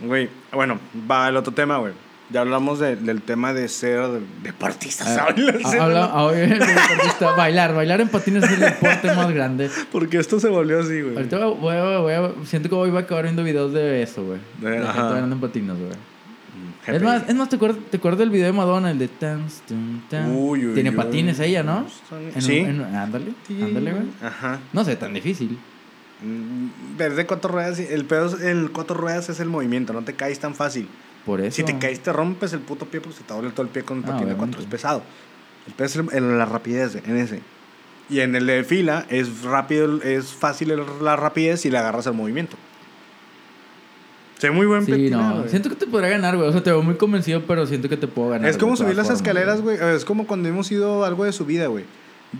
[SPEAKER 1] Güey, bueno, va el otro tema, güey. Ya hablamos de- del tema de ser deportista, ¿sabes?
[SPEAKER 2] Ah, habla- ah, oye, el deportista, bailar, bailar en patines es el deporte más grande.
[SPEAKER 1] Porque esto se volvió así, güey.
[SPEAKER 2] Ahorita voy a- voy a- siento que voy a acabar viendo videos de eso, güey.
[SPEAKER 1] De-
[SPEAKER 2] De gente
[SPEAKER 1] ajá.
[SPEAKER 2] bailando en patines, güey.
[SPEAKER 1] Mm, Jefe.
[SPEAKER 2] Es más, es más, ¿te acuerdas, te acuerdas del video de Madonna, el de tan, tan, tan?
[SPEAKER 1] Uy, uy,
[SPEAKER 2] Tiene
[SPEAKER 1] uy.
[SPEAKER 2] patines ella, ¿no? un-
[SPEAKER 1] Sí.
[SPEAKER 2] en un- ándale, ándale, güey.
[SPEAKER 1] Mm, Ajá.
[SPEAKER 2] No sé, tan difícil.
[SPEAKER 1] Mm, Desde cuatro ruedas, sí. el pedo es- el cuatro ruedas es el movimiento, no te caes tan fácil.
[SPEAKER 2] Por eso.
[SPEAKER 1] Si te caes, te rompes el puto pie porque se te doble todo el pie con un
[SPEAKER 2] Ah,
[SPEAKER 1] patín de cuatro,
[SPEAKER 2] obviamente.
[SPEAKER 1] es pesado. El pedo es el- en la rapidez, güey, en ese. Y en el de fila es rápido, es fácil el- la rapidez y le agarras el movimiento. Sí, muy buen
[SPEAKER 2] Sí,
[SPEAKER 1] petinado,
[SPEAKER 2] no.
[SPEAKER 1] güey.
[SPEAKER 2] Siento que te podría ganar, güey. O sea, te veo muy convencido, pero siento que te puedo ganar.
[SPEAKER 1] Es como
[SPEAKER 2] de todas
[SPEAKER 1] subir las
[SPEAKER 2] formas,
[SPEAKER 1] escaleras, güey. Es como cuando hemos ido a algo de subida, güey.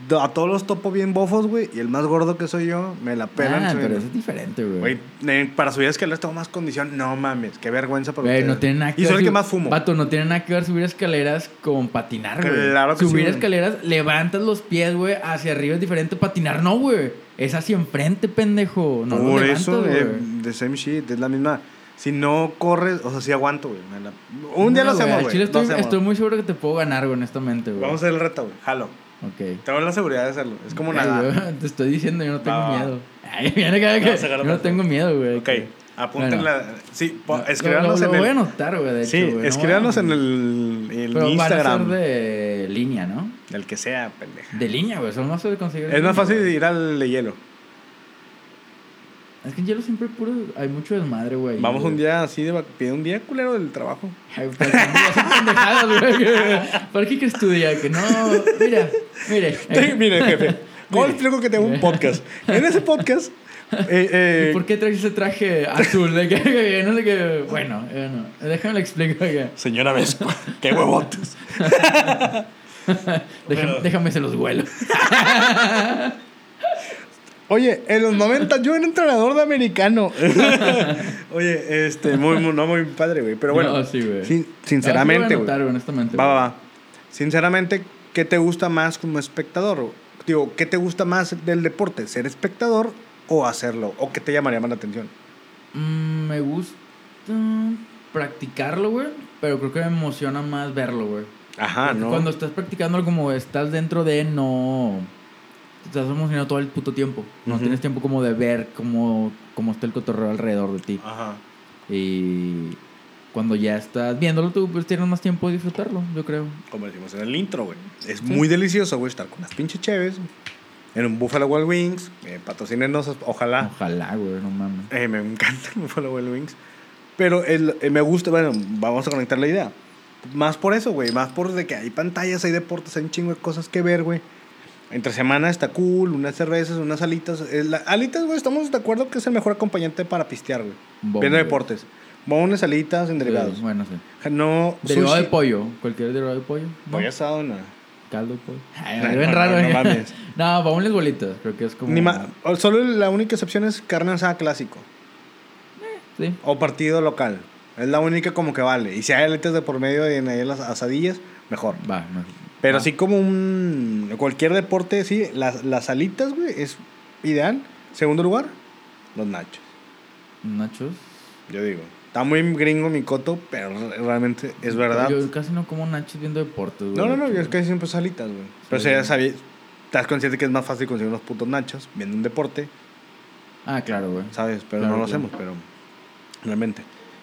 [SPEAKER 1] Do- A todos los topo bien bofos, güey. Y el más gordo que soy yo, me la pelan.
[SPEAKER 2] Ah,
[SPEAKER 1] se me-
[SPEAKER 2] pero eso es diferente,
[SPEAKER 1] Güey,
[SPEAKER 2] güey.
[SPEAKER 1] eh, para subir escaleras tengo más condición. No mames, qué vergüenza para
[SPEAKER 2] Güey,
[SPEAKER 1] ustedes.
[SPEAKER 2] no tiene nada que
[SPEAKER 1] Y soy el
[SPEAKER 2] ver-
[SPEAKER 1] que más fumo.
[SPEAKER 2] Vato, no tiene nada que ver subir escaleras con patinar, güey.
[SPEAKER 1] Claro que sí,
[SPEAKER 2] Subir
[SPEAKER 1] güey.
[SPEAKER 2] escaleras, levantas los pies, güey, hacia arriba es diferente. Patinar no, güey. Es hacia enfrente, pendejo. No lo
[SPEAKER 1] Por
[SPEAKER 2] levantas,
[SPEAKER 1] eso,
[SPEAKER 2] güey.
[SPEAKER 1] eh, the same shit, es la misma. Si no corres, o sea, sí aguanto, güey. me la- Un día
[SPEAKER 2] No,
[SPEAKER 1] lo hacemos,
[SPEAKER 2] al
[SPEAKER 1] güey.
[SPEAKER 2] chile
[SPEAKER 1] lo
[SPEAKER 2] estoy,
[SPEAKER 1] hacemos.
[SPEAKER 2] estoy muy seguro que te puedo ganar, güey, honestamente, güey.
[SPEAKER 1] Vamos a hacer el reto, güey. Jalo.
[SPEAKER 2] Ok.
[SPEAKER 1] Tengo la seguridad de hacerlo. Es como
[SPEAKER 2] Ay,
[SPEAKER 1] nada.
[SPEAKER 2] güey, te estoy diciendo, yo no tengo
[SPEAKER 1] Va, va.
[SPEAKER 2] miedo. Ay, mira que- que-
[SPEAKER 1] sacar
[SPEAKER 2] yo
[SPEAKER 1] otra.
[SPEAKER 2] no tengo miedo, güey.
[SPEAKER 1] Ok,
[SPEAKER 2] Que-
[SPEAKER 1] apúntenla. Sí, po-
[SPEAKER 2] Lo-
[SPEAKER 1] escríbanos
[SPEAKER 2] lo, lo
[SPEAKER 1] en
[SPEAKER 2] voy a
[SPEAKER 1] el.
[SPEAKER 2] anotar, güey, de hecho,
[SPEAKER 1] sí,
[SPEAKER 2] güey, no
[SPEAKER 1] escríbanos
[SPEAKER 2] van-
[SPEAKER 1] en el, el
[SPEAKER 2] Pero
[SPEAKER 1] Instagram.
[SPEAKER 2] van a ser de línea, ¿no?
[SPEAKER 1] El que sea, pendeja.
[SPEAKER 2] De línea, güey, son más fáciles de conseguir.
[SPEAKER 1] Es más fácil ir al de hielo.
[SPEAKER 2] Es que en hielo siempre puro, hay mucho desmadre, güey.
[SPEAKER 1] Vamos
[SPEAKER 2] güey.
[SPEAKER 1] un día así de vac- pide un día culero del trabajo.
[SPEAKER 2] Ay, pues, güey, pero son días son pendejadas, güey. ¿Para qué que estudia? Que no, mira, mire. eh,
[SPEAKER 1] Te- Mire, jefe. ¿Cómo le explico que tengo un podcast? En ese podcast. eh, eh,
[SPEAKER 2] ¿Por qué traes ese traje azul? De que, que- no sé qué. Bueno, eh, no. déjame le explico. que-
[SPEAKER 1] Señora Vespa, qué huevotes.
[SPEAKER 2] Déjame,
[SPEAKER 1] Pero-
[SPEAKER 2] déjame se los vuelo.
[SPEAKER 1] Oye, en los 90 yo era entrenador de americano. Oye, este, muy, muy- no muy padre, güey. Pero bueno,
[SPEAKER 2] No, sí, güey.
[SPEAKER 1] sin-
[SPEAKER 2] Ah, sí
[SPEAKER 1] sinceramente,
[SPEAKER 2] lo voy a
[SPEAKER 1] güey.
[SPEAKER 2] anotar, honestamente,
[SPEAKER 1] Va, va,
[SPEAKER 2] güey.
[SPEAKER 1] va. Sinceramente, ¿qué te gusta más como espectador? güey? Digo, ¿qué te gusta más del deporte? ¿Ser espectador o hacerlo? ¿O qué te llamaría más la atención?
[SPEAKER 2] Mm, me gusta practicarlo, güey. Pero creo que me emociona más verlo, güey.
[SPEAKER 1] Ajá, ¿no?
[SPEAKER 2] Cuando estás practicando como estás dentro de, no. te Estás emocionado todo el puto tiempo. No
[SPEAKER 1] Ujú.
[SPEAKER 2] tienes tiempo como de ver cómo, cómo está el cotorreo alrededor de ti.
[SPEAKER 1] Ajá.
[SPEAKER 2] Y cuando ya estás viéndolo tú, pues tienes más tiempo de disfrutarlo, yo creo.
[SPEAKER 1] Como decimos en el intro, güey. Es muy delicioso, güey, estar con las pinches cheves. En un Buffalo Wild Wings. Eh, patrocínenos, ojalá.
[SPEAKER 2] Ojalá, güey, no mames.
[SPEAKER 1] Eh, me encanta el Buffalo Wild Wings. Pero el, eh, me gusta, bueno, vamos a conectar la idea. Más por eso, güey. Más por de que hay pantallas, hay deportes, hay un chingo de cosas que ver, güey. Entre semana está cool, unas cervezas, unas alitas. Eh, la- alitas, güey, estamos de acuerdo que es el mejor acompañante para pistear, güey.
[SPEAKER 2] Bomba,
[SPEAKER 1] Viendo
[SPEAKER 2] güey.
[SPEAKER 1] deportes. Bones, alitas, enderigados.
[SPEAKER 2] Sí, Bueno, sí.
[SPEAKER 1] No,
[SPEAKER 2] Derivado
[SPEAKER 1] sushi.
[SPEAKER 2] de pollo. Cualquier derivado de pollo. ¿no?
[SPEAKER 1] Pollo asado, no.
[SPEAKER 2] Caldo de pollo. Ay,
[SPEAKER 1] No,
[SPEAKER 2] me ven
[SPEAKER 1] no,
[SPEAKER 2] raro,
[SPEAKER 1] no,
[SPEAKER 2] eh.
[SPEAKER 1] no mames.
[SPEAKER 2] No, baúles bolitas. Creo que es como.
[SPEAKER 1] Ni ma- o- Solo la única excepción es carne asada clásico.
[SPEAKER 2] Sí.
[SPEAKER 1] O partido local. Es la única como que vale. Y si hay aletas de por medio de en ahí las asadillas, mejor.
[SPEAKER 2] Va, no.
[SPEAKER 1] Pero
[SPEAKER 2] Ah.
[SPEAKER 1] así como un... Cualquier deporte, sí. Las, las alitas, güey, es ideal. Segundo lugar, los nachos.
[SPEAKER 2] Nachos.
[SPEAKER 1] Yo digo. Está muy gringo mi coto, pero re- realmente es verdad.
[SPEAKER 2] Yo casi no como nachos viendo deportes, güey.
[SPEAKER 1] No, no, no.
[SPEAKER 2] de
[SPEAKER 1] Yo es
[SPEAKER 2] hecho,
[SPEAKER 1] que siempre es alitas, güey. Pero
[SPEAKER 2] Sí.
[SPEAKER 1] si ya sabías... Estás consciente que es más fácil conseguir unos putos nachos viendo un deporte,
[SPEAKER 2] güey. Ah, claro, güey.
[SPEAKER 1] ¿sabes? Pero
[SPEAKER 2] Claro,
[SPEAKER 1] no lo
[SPEAKER 2] claro.
[SPEAKER 1] hacemos, pero realmente.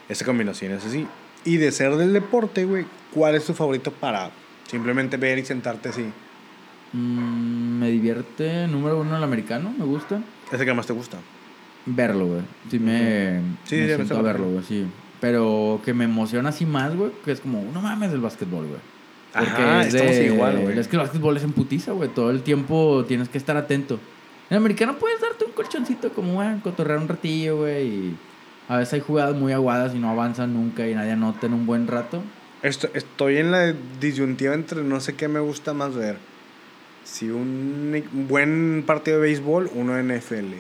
[SPEAKER 1] Esa combinación es así. Y de ser del deporte, güey, ¿cuál es tu favorito para simplemente ver y sentarte así?
[SPEAKER 2] Mm, me divierte, número uno, el americano. Me gusta.
[SPEAKER 1] Ese que más te gusta.
[SPEAKER 2] Verlo, güey. Sí, me.
[SPEAKER 1] Sí, sí,
[SPEAKER 2] me siento
[SPEAKER 1] me
[SPEAKER 2] a
[SPEAKER 1] está
[SPEAKER 2] verlo, güey, sí. Pero que me emociona así más, güey, que es como, no mames el básquetbol, güey. Porque
[SPEAKER 1] Ajá,
[SPEAKER 2] es de-
[SPEAKER 1] estamos igual, güey.
[SPEAKER 2] Es que el básquetbol es en putiza, güey. Todo el tiempo tienes que estar atento. En americano puedes darte un colchoncito como, güey, cotorrear un ratillo, güey. y a veces hay jugadas muy aguadas y no avanzan nunca y nadie anota en un buen rato.
[SPEAKER 1] Esto- estoy en la disyuntiva entre no sé qué me gusta más ver. Si un, e-, un buen partido de béisbol, uno de NFL.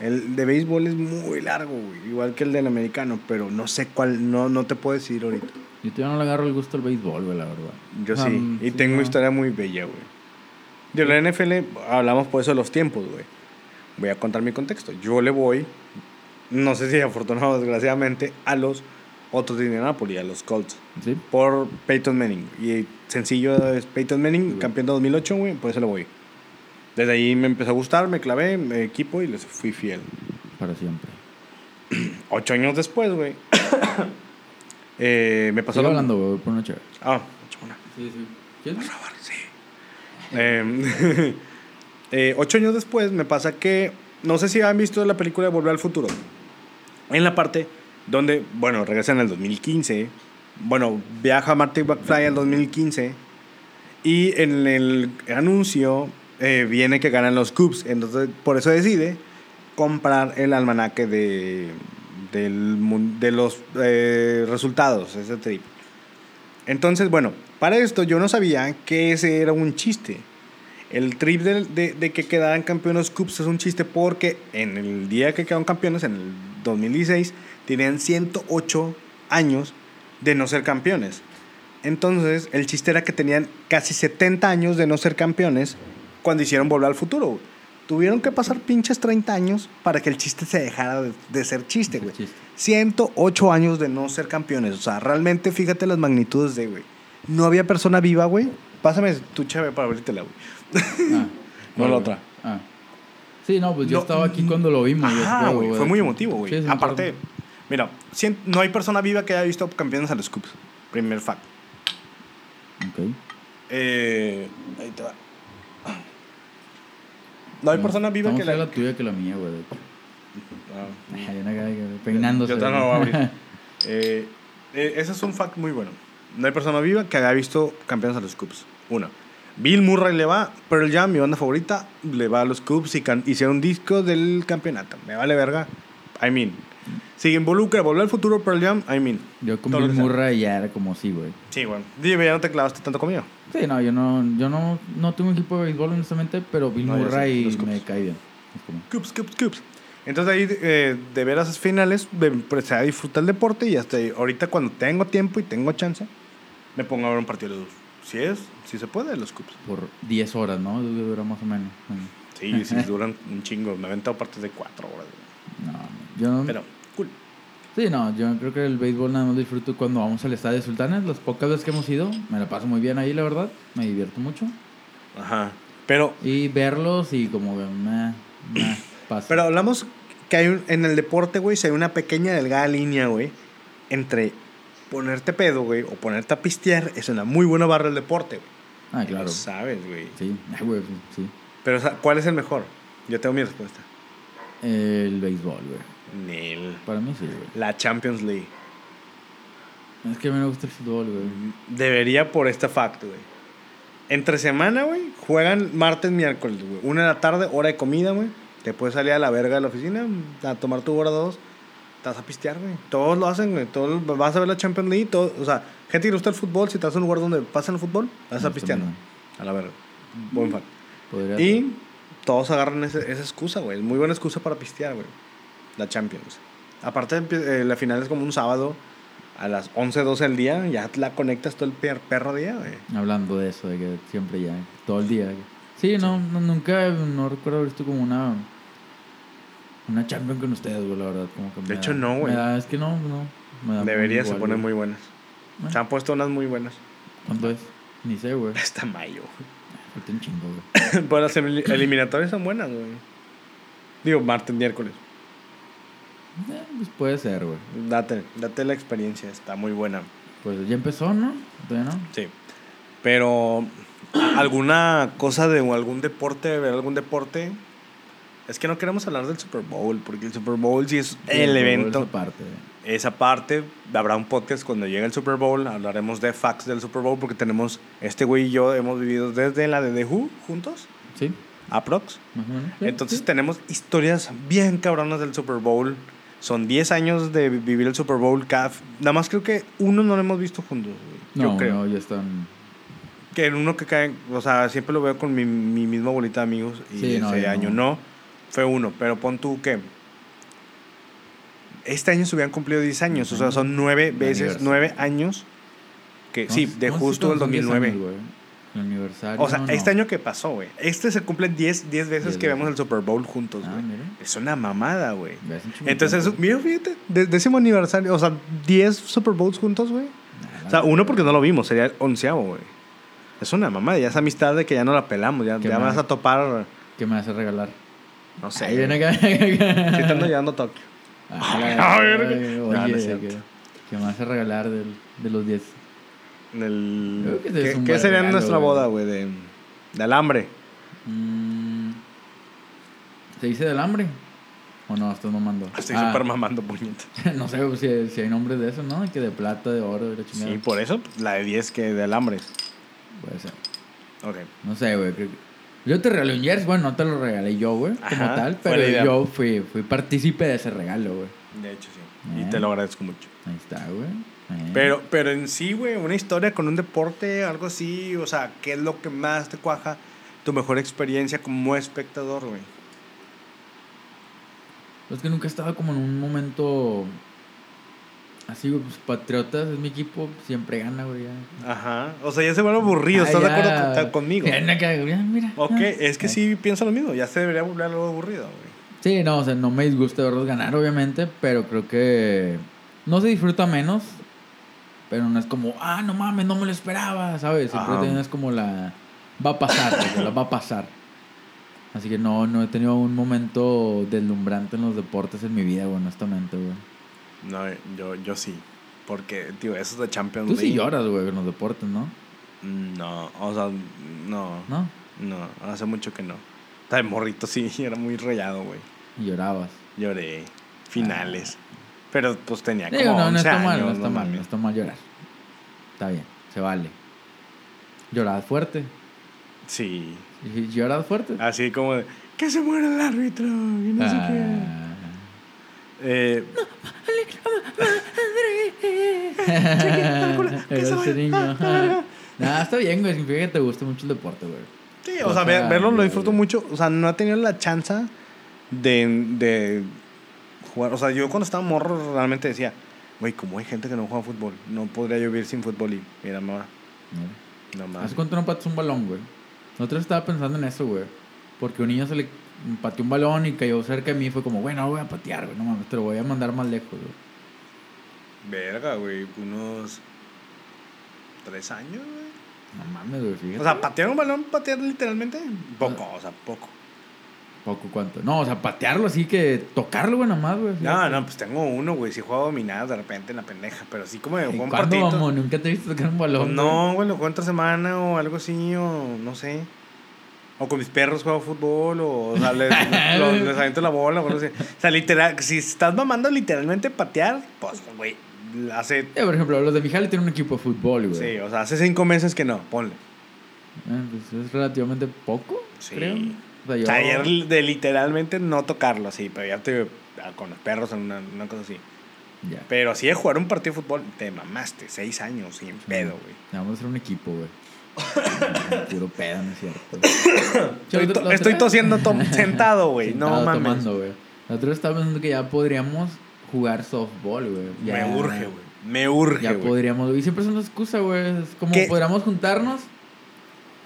[SPEAKER 1] El de béisbol es muy largo, güey, igual que el del americano, pero no sé cuál, no, no te puedo decir ahorita.
[SPEAKER 2] Yo todavía no le agarro el gusto al béisbol, güey, la verdad.
[SPEAKER 1] Yo
[SPEAKER 2] O sea,
[SPEAKER 1] sí.
[SPEAKER 2] mm,
[SPEAKER 1] Y tengo
[SPEAKER 2] no.
[SPEAKER 1] historia muy bella, güey. Yo la NFL, hablamos por eso de los tiempos, güey. Voy a contar mi contexto. Yo le voy, no sé si afortunado o desgraciadamente, a los otros de Indianapolis, a los Colts,
[SPEAKER 2] Sí.
[SPEAKER 1] por Peyton Manning. Y sencillo es Peyton Manning, campeón de 2008, güey, por eso le voy. Desde ahí me empezó a gustar, me clavé, me equipo y les fui fiel.
[SPEAKER 2] Para siempre.
[SPEAKER 1] Ocho años después, güey, eh, me pasó
[SPEAKER 2] Sigue
[SPEAKER 1] lo-
[SPEAKER 2] hablando, güey, por una chévere.
[SPEAKER 1] Ah, chingona.
[SPEAKER 2] Sí, sí.
[SPEAKER 1] Eh, eh, ocho años después me pasa que, no sé si han visto la película de Volver al Futuro, en la parte donde, bueno, regresan al 2015, bueno, viaja Marty McFly al 2015, y en el anuncio eh, viene que ganan los Cubs. Entonces, por eso decide comprar el almanaque de, del mun- de los eh, resultados, ese trip. Entonces, bueno, para esto yo no sabía que ese era un chiste. El trip del- de, de que quedaran campeones Cubs es un chiste porque en el día que quedaron campeones, en el 2016, tenían 108 años de no ser campeones. Entonces, el chiste era que tenían casi 70 años de no ser campeones cuando hicieron Volver al Futuro. güey. Tuvieron que pasar pinches 30 años para que el chiste se dejara de, de ser chiste, güey.
[SPEAKER 2] Chiste.
[SPEAKER 1] 108 años de no ser campeones. O sea, realmente fíjate las magnitudes de, güey. No había persona viva, güey. Pásame tu chave para abrírtela, güey.
[SPEAKER 2] Ah,
[SPEAKER 1] No, la
[SPEAKER 2] güey.
[SPEAKER 1] otra.
[SPEAKER 2] Ah. Sí, no, pues yo
[SPEAKER 1] No,
[SPEAKER 2] estaba aquí
[SPEAKER 1] mm,
[SPEAKER 2] cuando lo vimos. yo
[SPEAKER 1] Ajá,
[SPEAKER 2] creo,
[SPEAKER 1] güey. Fue
[SPEAKER 2] de
[SPEAKER 1] muy
[SPEAKER 2] hecho.
[SPEAKER 1] emotivo, güey.
[SPEAKER 2] Sí, sí, me acuerdo.
[SPEAKER 1] Aparte, mira, cien- no hay persona viva que haya visto campeones a los Cubs. Primer fact.
[SPEAKER 2] Ok.
[SPEAKER 1] Eh, ahí te va. No hay persona viva
[SPEAKER 2] Vamos
[SPEAKER 1] que
[SPEAKER 2] a hacer
[SPEAKER 1] la...
[SPEAKER 2] la tuya que la mía, güey. de hecho.
[SPEAKER 1] Ah.
[SPEAKER 2] Ay, una cara que- Peinándose.
[SPEAKER 1] Yo también lo voy a abrir. Eh, eh, ese es un fact muy bueno. No hay persona viva que haya visto campeones a los Cubs. Uno. Bill Murray le va, Pearl Jam, mi banda favorita, le va a los Cubs y can- hicieron disco del campeonato. Me vale verga. I mean. Si involucra volver al futuro Pearl Jam, I mean.
[SPEAKER 2] Yo con
[SPEAKER 1] Todo lo
[SPEAKER 2] Bill
[SPEAKER 1] que sea.
[SPEAKER 2] Murray ya era como sí, güey.
[SPEAKER 1] Sí, bueno. Dime, ya no te clavaste tanto conmigo.
[SPEAKER 2] Sí, no, yo no, yo no, no tengo un equipo de béisbol, honestamente, pero Bill
[SPEAKER 1] No, yo sí,
[SPEAKER 2] Murray
[SPEAKER 1] los Cubs.
[SPEAKER 2] me cae bien. Es como-
[SPEAKER 1] Cubs, Cubs, Cubs. Entonces ahí, eh, de ver esas finales, de empezar a disfrutar el deporte y hasta ahí. ahorita cuando tengo tiempo y tengo chance, me pongo a ver un partido de los... Si es, si se puede, de los Cubs.
[SPEAKER 2] Por 10 horas, ¿no? Dura más o menos.
[SPEAKER 1] Sí, sí, duran un chingo. Me he aventado partes de cuatro horas. güey.
[SPEAKER 2] No, yo no.
[SPEAKER 1] Pero, cool.
[SPEAKER 2] Sí, no, yo creo que el béisbol nada más lo disfruto cuando vamos al estadio de Sultanes. Las pocas veces que hemos ido, me la paso muy bien ahí, la verdad. Me divierto mucho.
[SPEAKER 1] Ajá. Pero,
[SPEAKER 2] Y verlos y como que me, me pasa.
[SPEAKER 1] pero hablamos que hay un- en el deporte, güey, si hay una pequeña delgada línea, güey, entre ponerte pedo, güey, o ponerte a pistear, es una muy buena barra el deporte, güey.
[SPEAKER 2] ah, claro.
[SPEAKER 1] Lo sabes, güey.
[SPEAKER 2] Sí, ah, güey, pues, sí.
[SPEAKER 1] Pero, o sea, ¿cuál es el mejor? Yo tengo mi respuesta.
[SPEAKER 2] El béisbol, güey.
[SPEAKER 1] Nel.
[SPEAKER 2] Para mí sí, güey.
[SPEAKER 1] La Champions League.
[SPEAKER 2] Es que a mí me gusta el fútbol, güey.
[SPEAKER 1] Debería por esta fact, güey. Entre semana, güey, juegan martes, miércoles, güey. Una de la tarde, hora de comida, güey. Te puedes salir a la verga de la oficina a tomar tu hora dos. Estás a pistear, güey. Todos lo hacen, güey. Todos vas a ver la Champions League. todo- o sea, gente que le gusta el fútbol, si estás en un lugar donde pasan el fútbol, vas a Mm.
[SPEAKER 2] No, está
[SPEAKER 1] estar pisteando.
[SPEAKER 2] bien.
[SPEAKER 1] A la verga. Buen fact.
[SPEAKER 2] Podría
[SPEAKER 1] Y todos agarran ese- esa excusa, güey. Es muy buena excusa para pistear, güey. La Champions. Aparte, empie- eh, la final es como un sábado a las 11, 12 del día. Ya la conectas todo el per- perro día, güey.
[SPEAKER 2] Hablando de eso, de que siempre ya, todo el día. Sí, no, no- nunca, no recuerdo haber visto como una una champion con ustedes, güey, la verdad. Como que me
[SPEAKER 1] De hecho,
[SPEAKER 2] da-
[SPEAKER 1] no, güey.
[SPEAKER 2] me da- Es que no, no. me da
[SPEAKER 1] Debería, se
[SPEAKER 2] igual,
[SPEAKER 1] ponen muy
[SPEAKER 2] güey.
[SPEAKER 1] buenas.
[SPEAKER 2] Bueno.
[SPEAKER 1] Se han puesto unas muy buenas.
[SPEAKER 2] ¿Cuánto es? Ni sé, güey.
[SPEAKER 1] Hasta mayo.
[SPEAKER 2] Falta un chingo, güey.
[SPEAKER 1] Pero las elim- eliminatorias son buenas, güey. Digo, martes, miércoles.
[SPEAKER 2] Eh, pues puede ser, güey.
[SPEAKER 1] Date, date la experiencia. Está muy buena.
[SPEAKER 2] Pues ya empezó, ¿no? Todavía no.
[SPEAKER 1] Sí. Pero alguna cosa de algún deporte, ver algún deporte. Es que no queremos hablar del Super Bowl, porque el Super Bowl sí es el,
[SPEAKER 2] Pero
[SPEAKER 1] evento.
[SPEAKER 2] esa parte, güey.
[SPEAKER 1] Esa parte, habrá un podcast cuando llegue el Super Bowl, hablaremos de facts del Super Bowl, porque tenemos, este güey y yo hemos vivido desde la de The Who juntos,
[SPEAKER 2] Sí,
[SPEAKER 1] aprox.
[SPEAKER 2] más o menos. Sí,
[SPEAKER 1] Entonces
[SPEAKER 2] sí.
[SPEAKER 1] tenemos historias bien cabronas del Super Bowl. Son 10 años de vivir el Super Bowl. Cada, nada más creo que uno no lo hemos visto juntos. güey.
[SPEAKER 2] No,
[SPEAKER 1] yo creo.
[SPEAKER 2] no, ya están.
[SPEAKER 1] Que en uno que cae, o sea, siempre lo veo con mi, mi misma bolita de amigos y
[SPEAKER 2] Sí,
[SPEAKER 1] ese
[SPEAKER 2] no, ya
[SPEAKER 1] año no.
[SPEAKER 2] no.
[SPEAKER 1] fue uno, pero pon tú que este año se hubieran cumplido 10 años, o sea, son 9
[SPEAKER 2] De
[SPEAKER 1] veces,
[SPEAKER 2] aniversario.
[SPEAKER 1] 9 años que Eh, sí,
[SPEAKER 2] No,
[SPEAKER 1] de
[SPEAKER 2] no,
[SPEAKER 1] justo el
[SPEAKER 2] son 10 años,
[SPEAKER 1] 2009.
[SPEAKER 2] güey. El aniversario.
[SPEAKER 1] o sea,
[SPEAKER 2] no, no.
[SPEAKER 1] este año que pasó, güey. Este se cumplen 10 10 veces
[SPEAKER 2] Diez
[SPEAKER 1] que vemos el
[SPEAKER 2] veces.
[SPEAKER 1] Super Bowl juntos,
[SPEAKER 2] Ah,
[SPEAKER 1] güey.
[SPEAKER 2] mira.
[SPEAKER 1] es una mamada, güey.
[SPEAKER 2] Ya es un chingo de
[SPEAKER 1] Entonces,
[SPEAKER 2] tiempo,
[SPEAKER 1] mira, fíjate, de- décimo aniversario, o sea, 10 Super Bowls juntos, güey.
[SPEAKER 2] güey.
[SPEAKER 1] O sea, uno porque no lo vimos, sería el onceavo, güey. Es una mamada, ya esa amistad de que ya no la pelamos, ya,
[SPEAKER 2] Qué
[SPEAKER 1] ya me vas
[SPEAKER 2] mal.
[SPEAKER 1] a topar,
[SPEAKER 2] ¿Qué me vas a regalar?
[SPEAKER 1] no sé.
[SPEAKER 2] Ahí
[SPEAKER 1] güey.
[SPEAKER 2] viene acá.
[SPEAKER 1] Sí, te ando llevando a Tokio.
[SPEAKER 2] Ah,
[SPEAKER 1] Ah,
[SPEAKER 2] ay,
[SPEAKER 1] verga.
[SPEAKER 2] oye,
[SPEAKER 1] No, no es
[SPEAKER 2] ¿qué-
[SPEAKER 1] cierto.
[SPEAKER 2] ¿qué me vas a regalar del- de los 10?
[SPEAKER 1] En el-
[SPEAKER 2] Creo que ese es
[SPEAKER 1] ¿Qué,
[SPEAKER 2] un
[SPEAKER 1] qué
[SPEAKER 2] buen
[SPEAKER 1] sería
[SPEAKER 2] regalo,
[SPEAKER 1] nuestra
[SPEAKER 2] güey.
[SPEAKER 1] boda, güey? De, de alambre.
[SPEAKER 2] Mm, ¿Se dice del hambre? ¿O no? Estás mamando.
[SPEAKER 1] Estoy
[SPEAKER 2] Ah,
[SPEAKER 1] súper mamando puñetas.
[SPEAKER 2] No sé pues, si, si hay nombres de eso, ¿no? Que de plata, de oro, de la chingada.
[SPEAKER 1] Sí, por eso pues, la de 10 que de alambre.
[SPEAKER 2] Puede ser.
[SPEAKER 1] Ok.
[SPEAKER 2] No sé, güey. creo que- Yo te regalé un jersey, bueno, no te lo regalé yo, güey, como
[SPEAKER 1] Ajá,
[SPEAKER 2] tal,
[SPEAKER 1] fue la idea.
[SPEAKER 2] pero yo fui, fui partícipe de ese regalo, güey.
[SPEAKER 1] De hecho, sí.
[SPEAKER 2] Eh.
[SPEAKER 1] Y te lo agradezco mucho.
[SPEAKER 2] Ahí está, güey. Eh.
[SPEAKER 1] Pero, pero en sí, güey, una historia con un deporte, algo así, o sea, ¿qué es lo que más te cuaja tu mejor experiencia como espectador, güey?
[SPEAKER 2] Es que nunca estaba como en un momento así, güey, pues Patriotas es mi equipo, siempre gana, güey. ya.
[SPEAKER 1] Ajá. O sea, ya se vuelve aburrido,
[SPEAKER 2] Ah,
[SPEAKER 1] ¿estás
[SPEAKER 2] ya.
[SPEAKER 1] de acuerdo con- ta- conmigo?
[SPEAKER 2] Ya, no, que- ya, mira.
[SPEAKER 1] Ok,
[SPEAKER 2] Ah.
[SPEAKER 1] es que sí pienso lo mismo, ya se debería volver algo aburrido, güey.
[SPEAKER 2] Sí, no, o sea, no me disgusta verlos ganar, obviamente, pero creo que no se disfruta menos, pero no es como, ah, no mames, no me lo esperaba, ¿sabes? Siempre
[SPEAKER 1] Ajá.
[SPEAKER 2] también es como la... Va a pasar, o sea, la va a pasar. Así que no, no he tenido un momento deslumbrante en los deportes en mi vida, güey, honestamente, güey.
[SPEAKER 1] No, yo, yo sí. Porque, tío, eso es de Champions
[SPEAKER 2] Tú
[SPEAKER 1] League.
[SPEAKER 2] sí lloras, güey, en los deportes, ¿no?
[SPEAKER 1] No, o sea, no. No,
[SPEAKER 2] ¿No?
[SPEAKER 1] hace mucho que no. Está de morrito, sí, era muy rayado, güey.
[SPEAKER 2] Y llorabas.
[SPEAKER 1] Lloré. Finales. Pero pues tenía como
[SPEAKER 2] Ah. Digo, no, no
[SPEAKER 1] 11
[SPEAKER 2] está mal,
[SPEAKER 1] años,
[SPEAKER 2] no está mal,
[SPEAKER 1] mames.
[SPEAKER 2] no está mal llorar. Está bien, se vale. Llorabas fuerte.
[SPEAKER 1] Sí.
[SPEAKER 2] Y- Llorabas fuerte.
[SPEAKER 1] Así como de, que se muera el árbitro, y no
[SPEAKER 2] Ah.
[SPEAKER 1] sé qué. Eh,
[SPEAKER 2] Pero
[SPEAKER 1] se
[SPEAKER 2] ese
[SPEAKER 1] vaya.
[SPEAKER 2] niño, ajá. Nah, está bien, güey. Significa que te gusta mucho el deporte, güey.
[SPEAKER 1] sí, o sea, ver- verlo lo disfruto mucho. O sea, no he tenido la chance de, de jugar. O sea, yo cuando estaba morro realmente decía, güey, como hay gente que no juega fútbol, no podría yo vivir sin fútbol. Y mira, mamá,
[SPEAKER 2] Mira.
[SPEAKER 1] no mames.
[SPEAKER 2] ¿Hace cuánto no pateas un balón, güey? Nosotros estaba pensando en eso, güey. Porque un niño se le pateó un balón y cayó cerca de mí. y Fue como, güey, no lo voy a patear, güey. No mames, te lo voy a mandar más lejos, güey.
[SPEAKER 1] Verga, güey, unos tres años, güey.
[SPEAKER 2] No mames, güey, fíjate.
[SPEAKER 1] O sea, patear un balón, patear literalmente, poco, o sea, poco.
[SPEAKER 2] Poco cuánto. No, o sea, patearlo así que tocarlo, güey, nomás, güey.
[SPEAKER 1] No, no, pues tengo uno, güey. Si juego dominado de repente en la pendeja, pero sí como de
[SPEAKER 2] ¿Y
[SPEAKER 1] juego un
[SPEAKER 2] ¿Cuándo,
[SPEAKER 1] partidito.
[SPEAKER 2] mamón? Nunca te he visto tocar un
[SPEAKER 1] Pues
[SPEAKER 2] balón. güey?
[SPEAKER 1] no, güey, lo juego entre semana o algo así, o no sé. O con mis perros juego fútbol, o, o sea, les, lo- les aviento la bola, o algo así. O sea, literal, si estás mamando literalmente patear, pues, güey, hace.
[SPEAKER 2] Eh, por ejemplo, los de Mijale tienen un equipo de fútbol, güey.
[SPEAKER 1] Sí, o sea, hace cinco meses que no, ponle.
[SPEAKER 2] Eh, pues es relativamente poco,
[SPEAKER 1] Sí.
[SPEAKER 2] creo. O sea, yo-
[SPEAKER 1] O sea, ayer de literalmente no tocarlo así, pero ya te. ah, con los perros, en una, una cosa así.
[SPEAKER 2] Ya.
[SPEAKER 1] Pero así de jugar un partido de fútbol, te mamaste, seis años, sin pedo, güey.
[SPEAKER 2] Vamos a hacer un equipo, güey. Puro pedo, no es cierto.
[SPEAKER 1] Estoy, to- estoy tosiendo to- sentado, güey. No
[SPEAKER 2] Sentado
[SPEAKER 1] mames.
[SPEAKER 2] tomando, güey. Nosotros estábamos pensando que ya podríamos jugar softball, güey. Ya-
[SPEAKER 1] Me urge, güey. Me urge,
[SPEAKER 2] Ya
[SPEAKER 1] güey.
[SPEAKER 2] podríamos, güey. Y siempre es una excusa, güey. Es como
[SPEAKER 1] ¿Qué?
[SPEAKER 2] podríamos juntarnos,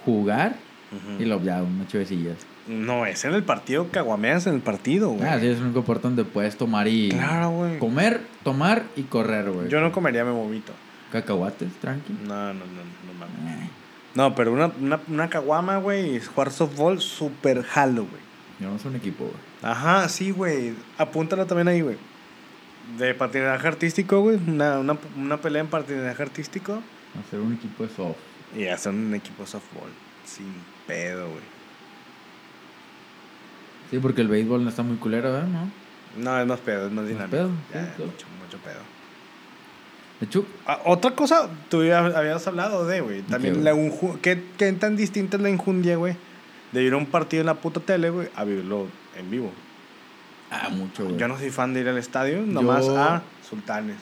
[SPEAKER 2] jugar
[SPEAKER 1] Ujú.
[SPEAKER 2] y lo ya, unas chevecillas.
[SPEAKER 1] No, es en el partido caguameas en el partido, güey.
[SPEAKER 2] Ah, sí, es lo único importante donde puedes tomar y.
[SPEAKER 1] Claro, güey.
[SPEAKER 2] Comer, tomar y correr, güey.
[SPEAKER 1] Yo no comería, me vomito.
[SPEAKER 2] Cacahuates, tranqui.
[SPEAKER 1] No, no, no, no, no mames.
[SPEAKER 2] Eh,
[SPEAKER 1] No, pero una, una, una caguama, güey, es jugar softball super jalo, güey.
[SPEAKER 2] Yo no soy un equipo, güey.
[SPEAKER 1] Ajá, sí, güey. Apúntalo también ahí, güey. De patinaje artístico, güey. Una, una, una pelea en patinaje artístico.
[SPEAKER 2] Hacer un equipo de soft.
[SPEAKER 1] Y hacer un equipo softball. Sin pedo, güey.
[SPEAKER 2] Sí, porque el béisbol no está muy culero, ¿verdad? ¿No?
[SPEAKER 1] No, es más pedo, es más dinámico.
[SPEAKER 2] pedo,
[SPEAKER 1] Ya,
[SPEAKER 2] sí, claro.
[SPEAKER 1] mucho, mucho pedo.
[SPEAKER 2] De hecho,
[SPEAKER 1] Ah, Otra cosa, tú ya habías hablado de, güey.
[SPEAKER 2] ¿Qué,
[SPEAKER 1] También la
[SPEAKER 2] güey?
[SPEAKER 1] unju- ¿Qué, qué tan distinta es la injundia, güey? De ir a un partido en la puta tele, güey, a vivirlo en vivo.
[SPEAKER 2] ah, mucho, güey.
[SPEAKER 1] Yo no soy fan de ir al estadio, nomás
[SPEAKER 2] Yo-
[SPEAKER 1] a sultanes.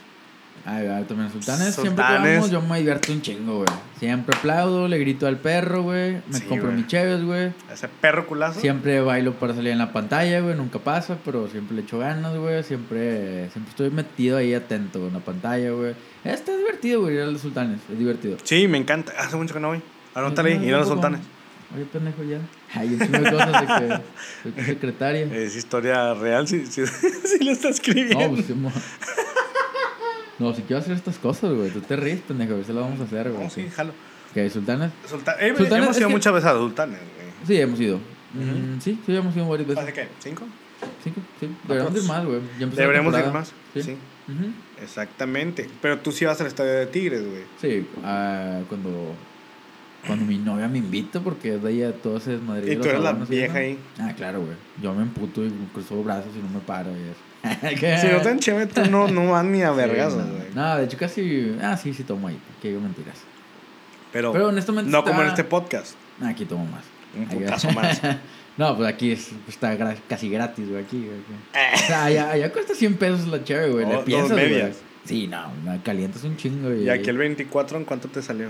[SPEAKER 2] Ah, ¿verdad? también los sultanes. Siempre que
[SPEAKER 1] Sultanes.
[SPEAKER 2] vamos, yo me divierto un chingo, güey. Siempre aplaudo, le grito al perro, güey. Me
[SPEAKER 1] Sí,
[SPEAKER 2] compro
[SPEAKER 1] güey.
[SPEAKER 2] mis cheves, güey.
[SPEAKER 1] Ese perro culazo.
[SPEAKER 2] Siempre bailo para salir en la pantalla, güey. Nunca pasa, pero siempre le echo ganas, güey. Siempre, siempre estoy metido ahí atento güey, en la pantalla, güey. Está divertido, güey, ir a los sultanes. Es divertido. Eh,
[SPEAKER 1] Sí, me encanta. Hace mucho que no voy. Anótale
[SPEAKER 2] Yo
[SPEAKER 1] ahí, ir a los
[SPEAKER 2] tampoco.
[SPEAKER 1] sultanes.
[SPEAKER 2] Oye, pendejo, ya. Ay, un chingo de cosas de que soy tu secretaria.
[SPEAKER 1] Es historia real si, si, si lo estás
[SPEAKER 2] No,
[SPEAKER 1] escribiendo.
[SPEAKER 2] pues, Simón. No, si quiero hacer estas cosas, güey. Tú te ríes, pendejo. A ver si lo vamos a hacer, güey.
[SPEAKER 1] No, Ah, sí, jalo.
[SPEAKER 2] Ok, sultanes.
[SPEAKER 1] Sulta- eh,
[SPEAKER 2] Sultanes,
[SPEAKER 1] hemos
[SPEAKER 2] es
[SPEAKER 1] ido
[SPEAKER 2] que-
[SPEAKER 1] muchas veces a sultanes, güey.
[SPEAKER 2] Sí, hemos ido. Mm, sí, sí, hemos ido varias
[SPEAKER 1] ¿Hace
[SPEAKER 2] veces.
[SPEAKER 1] qué? ¿Cinco?
[SPEAKER 2] Cinco, sí. Deberíamos ir más, güey. Ya empezó la
[SPEAKER 1] Ah, pues, Deberíamos ir
[SPEAKER 2] temporada.
[SPEAKER 1] más. sí.
[SPEAKER 2] Ujú.
[SPEAKER 1] Exactamente. Pero tú sí vas al estadio de Tigres, güey.
[SPEAKER 2] Sí, ah, cuando, cuando mi novia me invita, porque es de ella todo ese desmadre.
[SPEAKER 1] Y tú eres la vieja ahí.
[SPEAKER 2] Ah, claro, güey. Yo me emputo y cruzo brazos y no me paro. Y eso.
[SPEAKER 1] Si no te encheve, tú no, no vas ni a
[SPEAKER 2] Eh. Sí,
[SPEAKER 1] vergazos,
[SPEAKER 2] no,
[SPEAKER 1] güey.
[SPEAKER 2] No, de hecho casi. Ah, sí, sí tomo ahí. Que digo mentiras.
[SPEAKER 1] Pero,
[SPEAKER 2] Pero honestamente.
[SPEAKER 1] no como en
[SPEAKER 2] está-
[SPEAKER 1] este podcast.
[SPEAKER 2] Ah, Aquí tomo más.
[SPEAKER 1] Un
[SPEAKER 2] Allá.
[SPEAKER 1] putazo más.
[SPEAKER 2] No, pues aquí es- está gra- casi gratis, güey. Aquí, güey. aquí. O sea, allá, allá cuesta 100 pesos la chévere, güey.
[SPEAKER 1] O
[SPEAKER 2] Le
[SPEAKER 1] Eh. Oh, dos
[SPEAKER 2] piensas, güey.
[SPEAKER 1] medias.
[SPEAKER 2] Sí, no, no, calientas un chingo, güey.
[SPEAKER 1] Y aquí el 24, ¿en cuánto te salió?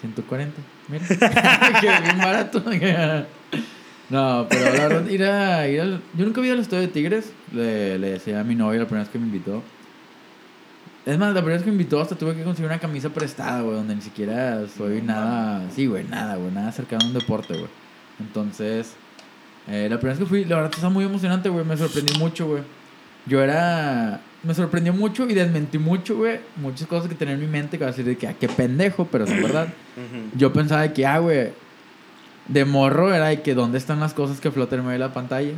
[SPEAKER 2] 140. Mira. que bien barato. no, pero la verdad, ir a, ir al- Yo nunca había ido al estadio de Tigres. Le, le decía a mi novia la primera vez que me invitó. Es más, la primera vez que me invitó hasta tuve que conseguir una camisa prestada, güey, donde ni siquiera soy nada... Sí, güey, nada, güey, nada cercano a un deporte, güey. Entonces, eh, la primera vez que fui, la verdad está muy emocionante, güey, me sorprendí mucho, güey. Yo era... Me sorprendió mucho y desmentí mucho, güey, muchas cosas que tenía en mi mente que va a decir de que, ah, qué pendejo, pero son verdad. Yo pensaba de que, ah, güey, de morro era de que dónde están las cosas que flotan en medio de la pantalla.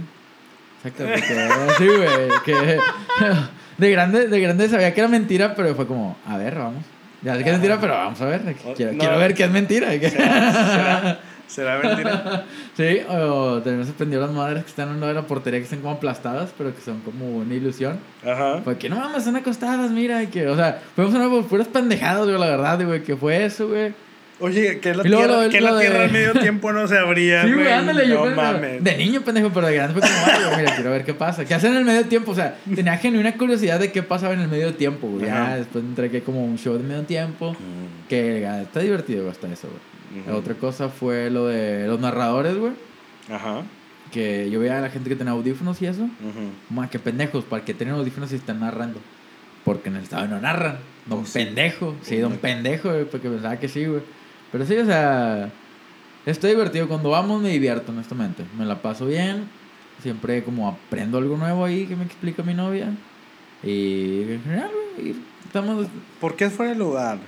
[SPEAKER 2] Exactamente, así, güey. Que, de, grande, de grande sabía que era mentira, pero fue como, a ver, vamos. Ya sé que es mentira, pero vamos a ver. de que
[SPEAKER 1] O-
[SPEAKER 2] Quiero,
[SPEAKER 1] no.
[SPEAKER 2] quiero ver que es mentira. de que-
[SPEAKER 1] ¿Será, será mentira?
[SPEAKER 2] sí, o también se prendió las madres que están en lado de la portería que están como aplastadas, pero que son como una ilusión.
[SPEAKER 1] Ajá.
[SPEAKER 2] Fue que no mames, están acostadas, mira. y Que, o sea, fuimos a una por puras pendejadas, güey, la verdad, güey, que fue eso, güey.
[SPEAKER 1] Oye, que la
[SPEAKER 2] Y luego
[SPEAKER 1] tierra,
[SPEAKER 2] lo-
[SPEAKER 1] que
[SPEAKER 2] lo
[SPEAKER 1] la
[SPEAKER 2] de-
[SPEAKER 1] tierra al medio tiempo no se abría.
[SPEAKER 2] Sí, güey, ándale, yo
[SPEAKER 1] No
[SPEAKER 2] pensaba,
[SPEAKER 1] mames.
[SPEAKER 2] De niño, pendejo, pero de grande fue como, "Ay, güey, mira, quiero ver qué pasa. ¿Qué hacen en el medio tiempo? O sea, tenía genuina curiosidad de qué pasaba en el medio tiempo, güey. Ya,
[SPEAKER 1] Ajá.
[SPEAKER 2] después me entregué como un show de medio tiempo.
[SPEAKER 1] Mm,
[SPEAKER 2] Que ya, está divertido, güey, hasta eso, güey. La
[SPEAKER 1] ujú.
[SPEAKER 2] otra cosa fue lo de los narradores, güey.
[SPEAKER 1] Ajá.
[SPEAKER 2] Que yo veía a la gente que tenía audífonos y eso.
[SPEAKER 1] ujú.
[SPEAKER 2] Ma, qué pendejos, ¿para qué tienen audífonos si están narrando? Porque en el estado no narran. Don
[SPEAKER 1] Pues sí.
[SPEAKER 2] pendejo. Oh, Sí, don
[SPEAKER 1] Correcto.
[SPEAKER 2] pendejo, güey, porque pensaba que sí, güey. Pero sí, o sea, estoy divertido. Cuando vamos me divierto, honestamente. Me la paso bien. Siempre como aprendo algo nuevo ahí que me explica mi novia. Y en general, güey, y estamos...
[SPEAKER 1] ¿Por qué fuera el lugar?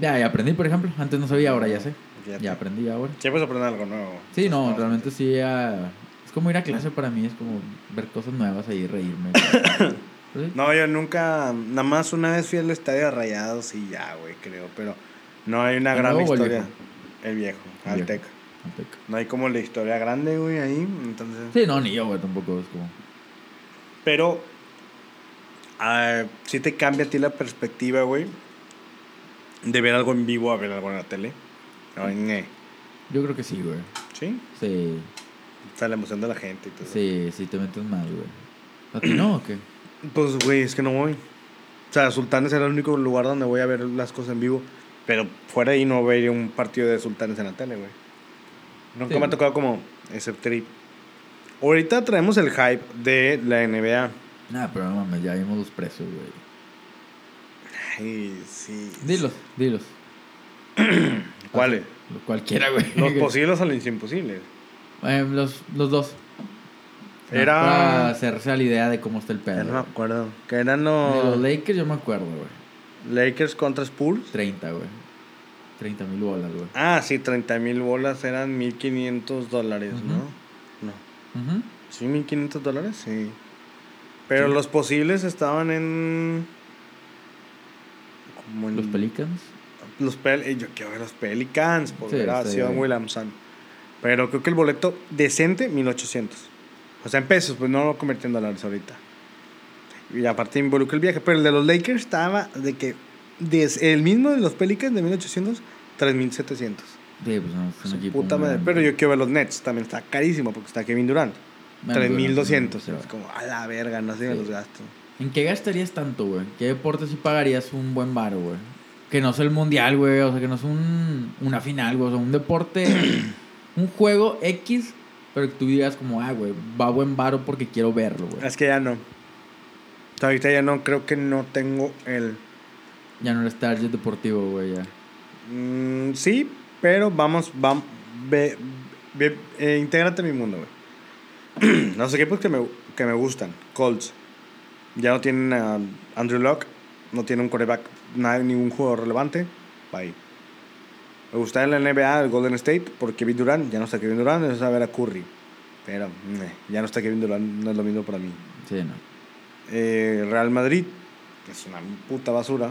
[SPEAKER 2] Ya, ya aprendí, por ejemplo. Antes no sabía, ahora ya sé.
[SPEAKER 1] Fíjate.
[SPEAKER 2] Ya aprendí ahora.
[SPEAKER 1] Siempre se aprende algo nuevo.
[SPEAKER 2] Sí, no,
[SPEAKER 1] Entonces,
[SPEAKER 2] realmente sí. ah, es como ir a clase para mí, es como ver cosas nuevas ahí, reírme. Pero sí.
[SPEAKER 1] No, yo nunca, nada más una vez fui al estadio de Rayados y ya, güey, creo, pero no hay una
[SPEAKER 2] ¿El
[SPEAKER 1] gran
[SPEAKER 2] nuevo o el
[SPEAKER 1] historia.
[SPEAKER 2] viejo?
[SPEAKER 1] El viejo,
[SPEAKER 2] El
[SPEAKER 1] al
[SPEAKER 2] viejo.
[SPEAKER 1] Teca. No hay como la historia grande, güey, ahí, entonces.
[SPEAKER 2] Sí, no, ni yo, güey, tampoco es como.
[SPEAKER 1] Pero ah, sí te cambia a ti la perspectiva, güey, de ver algo en vivo a ver algo en la tele. Ay, ñe.
[SPEAKER 2] Yo creo que sí, güey.
[SPEAKER 1] Sí,
[SPEAKER 2] Sí,
[SPEAKER 1] está la emoción de la gente y todo.
[SPEAKER 2] sí, sí, te metes mal, güey. ¿A ti no o qué?
[SPEAKER 1] Pues, güey, es que no voy. O sea, Sultanes era el único lugar donde voy a ver las cosas en vivo. Pero fuera ahí no vería un partido de Sultanes en la tele, güey. Nunca
[SPEAKER 2] Sí.
[SPEAKER 1] me ha tocado como ese trip. Ahorita traemos el hype de la NBA.
[SPEAKER 2] Nada, pero no mames, ya vimos los precios, güey.
[SPEAKER 1] Ay, sí.
[SPEAKER 2] Dilos, dilos.
[SPEAKER 1] ¿Cuáles?
[SPEAKER 2] Cualquiera, güey.
[SPEAKER 1] Los posibles a los imposibles.
[SPEAKER 2] Eh, los, los dos.
[SPEAKER 1] Era-
[SPEAKER 2] Para hacerse a la idea de cómo está el
[SPEAKER 1] Ya
[SPEAKER 2] pedo.
[SPEAKER 1] no me
[SPEAKER 2] güey.
[SPEAKER 1] acuerdo. Que eran
[SPEAKER 2] De
[SPEAKER 1] los
[SPEAKER 2] los Lakers yo me acuerdo, güey.
[SPEAKER 1] Lakers contra Spurs.
[SPEAKER 2] 30, güey. 30 mil bolas, güey.
[SPEAKER 1] Ah, sí, 30 mil bolas eran 1.500 dólares,
[SPEAKER 2] Ujú.
[SPEAKER 1] ¿no? No.
[SPEAKER 2] Ujú.
[SPEAKER 1] Sí, 1500 dólares, sí. Pero
[SPEAKER 2] Sí.
[SPEAKER 1] los posibles estaban en. Como en
[SPEAKER 2] Los Pelicans.
[SPEAKER 1] Los Pel- eh, Yo quiero ver los Pelicans, por
[SPEAKER 2] Sí,
[SPEAKER 1] ver a
[SPEAKER 2] está
[SPEAKER 1] Zion
[SPEAKER 2] bien.
[SPEAKER 1] Williamson. Pero creo que el boleto decente, 1800. O sea, en pesos, pues no lo convertí en dólares ahorita. Y aparte involucró el viaje. Pero el de los Lakers estaba de que. des- el mismo de los Pelicans de 1800, 3700.
[SPEAKER 2] Sí, pues no, es un
[SPEAKER 1] Su
[SPEAKER 2] equipo
[SPEAKER 1] Puta
[SPEAKER 2] muy
[SPEAKER 1] madre.
[SPEAKER 2] grande.
[SPEAKER 1] Pero yo quiero ver los Nets, también está carísimo porque está Kevin Durant.
[SPEAKER 2] Bueno,
[SPEAKER 1] 3200.
[SPEAKER 2] pero-
[SPEAKER 1] Es como, a la verga, no sé
[SPEAKER 2] Sí.
[SPEAKER 1] los gastos.
[SPEAKER 2] ¿En qué gastarías tanto, güey? ¿Qué deporte sí pagarías un buen varo, güey? Que no sea el mundial, güey. O sea, que no sea un, una final, güey. O sea, un deporte, un juego X, pero que tú digas como, ah, güey, va buen varo porque quiero verlo, güey.
[SPEAKER 1] Es que ya no. Ahorita ya no, creo que no tengo el.
[SPEAKER 2] Ya no eres target deportivo, güey, ya.
[SPEAKER 1] Mm, sí, pero vamos, vamos. Ve, ve- eh, intégrate a mi mundo, güey. Los equipos pues, que me, que me gustan: Colts. Ya no tienen a Andrew Locke, no tiene un coreback, nada, ningún jugador relevante. Bye. Me gusta en la NBA el Golden State por Kevin Durant. Ya no está Kevin Durant, es a ver a Curry. Pero meh, ya no está Kevin Durant, no es lo mismo para mí.
[SPEAKER 2] Sí, no.
[SPEAKER 1] Eh, Real Madrid, que es una puta basura.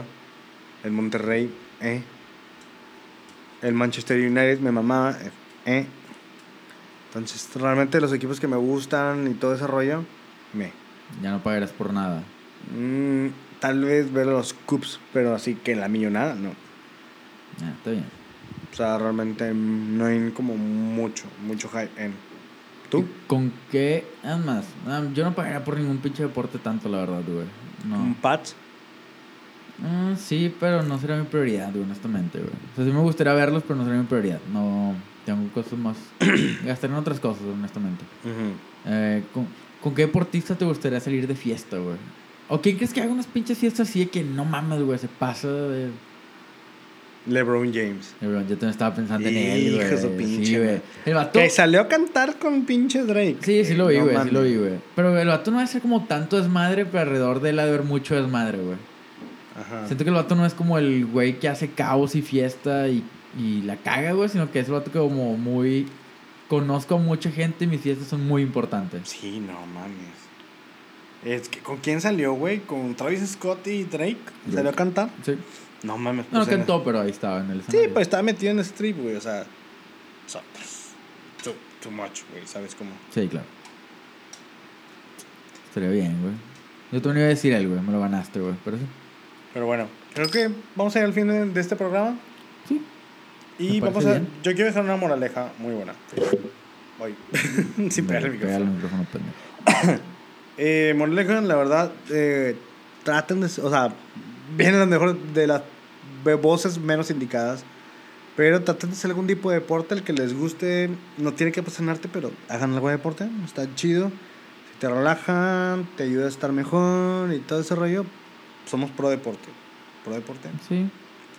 [SPEAKER 1] El Monterrey, eh. El Manchester United, me mamaba, eh. Entonces, realmente los equipos que me gustan y todo ese rollo, me.
[SPEAKER 2] Ya no pagarás por nada.
[SPEAKER 1] Mm, tal vez ver los Cubs, pero así que la millonada, no.
[SPEAKER 2] Ah, está bien.
[SPEAKER 1] O sea, realmente no hay como mucho, mucho hype en. ¿Tú?
[SPEAKER 2] ¿Con qué? Es más, ah, yo no pagaría por ningún pinche deporte tanto, la verdad, güey. No.
[SPEAKER 1] ¿Un Pats?
[SPEAKER 2] Ah, sí, pero no será mi prioridad, güey, honestamente, güey. O sea, sí me gustaría verlos, pero no será mi prioridad. No, tengo cosas más... Gastar en otras cosas, honestamente. Eh, ¿con, con qué deportista te gustaría salir de fiesta, güey? ¿O quién crees que haga unas pinches fiestas así de que no mames, güey? Se pasa de...
[SPEAKER 1] LeBron James.
[SPEAKER 2] Eh, güey, Yo también estaba pensando en él,
[SPEAKER 1] Hijo
[SPEAKER 2] güey.
[SPEAKER 1] de su pinche
[SPEAKER 2] Sí, güey.
[SPEAKER 1] madre.
[SPEAKER 2] El vato...
[SPEAKER 1] Que salió a cantar con pinche Drake. Eh,
[SPEAKER 2] Sí, sí lo vi,
[SPEAKER 1] No
[SPEAKER 2] güey, sí
[SPEAKER 1] mames.
[SPEAKER 2] lo vi, güey. Pero el vato no va a ser como tanto desmadre, pero alrededor de él ha de haber mucho desmadre, güey.
[SPEAKER 1] Ajá.
[SPEAKER 2] Ah. Siento que el vato no es como el güey que hace caos y fiesta y, y la caga, güey, sino que es el vato que como muy... Conozco a mucha gente y mis fiestas son muy importantes.
[SPEAKER 1] Sí, no mames. Es que, ¿Con quién salió, güey? ¿Con Travis Scott y Drake? ¿Salió a cantar?
[SPEAKER 2] Sí.
[SPEAKER 1] No mames.
[SPEAKER 2] No, no
[SPEAKER 1] pues, en-
[SPEAKER 2] cantó, pero ahí estaba en el
[SPEAKER 1] Sí,
[SPEAKER 2] escenario.
[SPEAKER 1] pues estaba metido en strip, güey. O sea, so- too, too much, güey. ¿Sabes cómo?
[SPEAKER 2] Sí, claro. Estaría bien, güey. Yo también iba a decir él, güey. Me lo ganaste, güey. Pero sí.
[SPEAKER 1] Pero bueno, creo que vamos a ir al fin de, de este programa.
[SPEAKER 2] Sí.
[SPEAKER 1] Y
[SPEAKER 2] Me
[SPEAKER 1] vamos a.
[SPEAKER 2] parece bien.
[SPEAKER 1] Yo quiero dejar una moraleja muy buena. Voy. Sin pegar el
[SPEAKER 2] Pégale al
[SPEAKER 1] micrófono.
[SPEAKER 2] micrófono, pendejo.
[SPEAKER 1] Eh, moraleja, la verdad, eh, traten de. O sea, vienen las mejores. De las de voces menos indicadas. Pero traten de hacer algún tipo de deporte, el que les guste. No tiene que apasionarte, pero hagan algo de deporte. Está chido. Si te relajan, te ayuda a estar mejor y todo ese rollo. Somos pro deporte. Pro deporte.
[SPEAKER 2] Sí.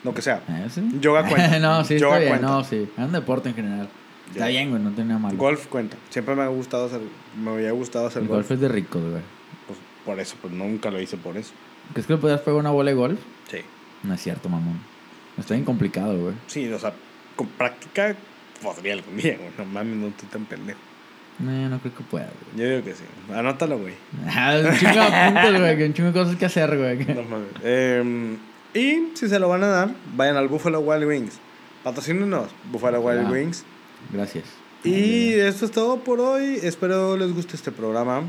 [SPEAKER 1] Lo que sea.
[SPEAKER 2] Eh, sí.
[SPEAKER 1] Yoga cuenta.
[SPEAKER 2] no, sí,
[SPEAKER 1] Yoga
[SPEAKER 2] está bien.
[SPEAKER 1] cuenta.
[SPEAKER 2] No, sí. Es un deporte en general. Está
[SPEAKER 1] Ya.
[SPEAKER 2] bien, güey. No tiene nada malo.
[SPEAKER 1] Golf cuenta. Siempre me ha gustado hacer. Me había gustado hacer
[SPEAKER 2] el
[SPEAKER 1] golf.
[SPEAKER 2] golf es de ricos, güey.
[SPEAKER 1] Pues, por eso, pues nunca lo hice por eso.
[SPEAKER 2] ¿Crees que le podrías pegar una bola de golf?
[SPEAKER 1] Sí.
[SPEAKER 2] No es cierto, mamón. Está bien complicado, güey.
[SPEAKER 1] Sí, o sea, con práctica podría algún día, güey. No mames, no estoy tan pendejo.
[SPEAKER 2] Eh, No, no creo que pueda, güey.
[SPEAKER 1] Yo digo que sí. Anótalo, güey.
[SPEAKER 2] Ah, un chingo de apuntes, güey. que Un chingo de cosas que hacer, güey.
[SPEAKER 1] No mames. Eh, y si se lo van a dar, vayan al Buffalo Wild Wings. Patrocínenos, Buffalo Wild
[SPEAKER 2] Ah.
[SPEAKER 1] Wings.
[SPEAKER 2] Gracias.
[SPEAKER 1] Y esto es todo por hoy. Espero les guste este programa.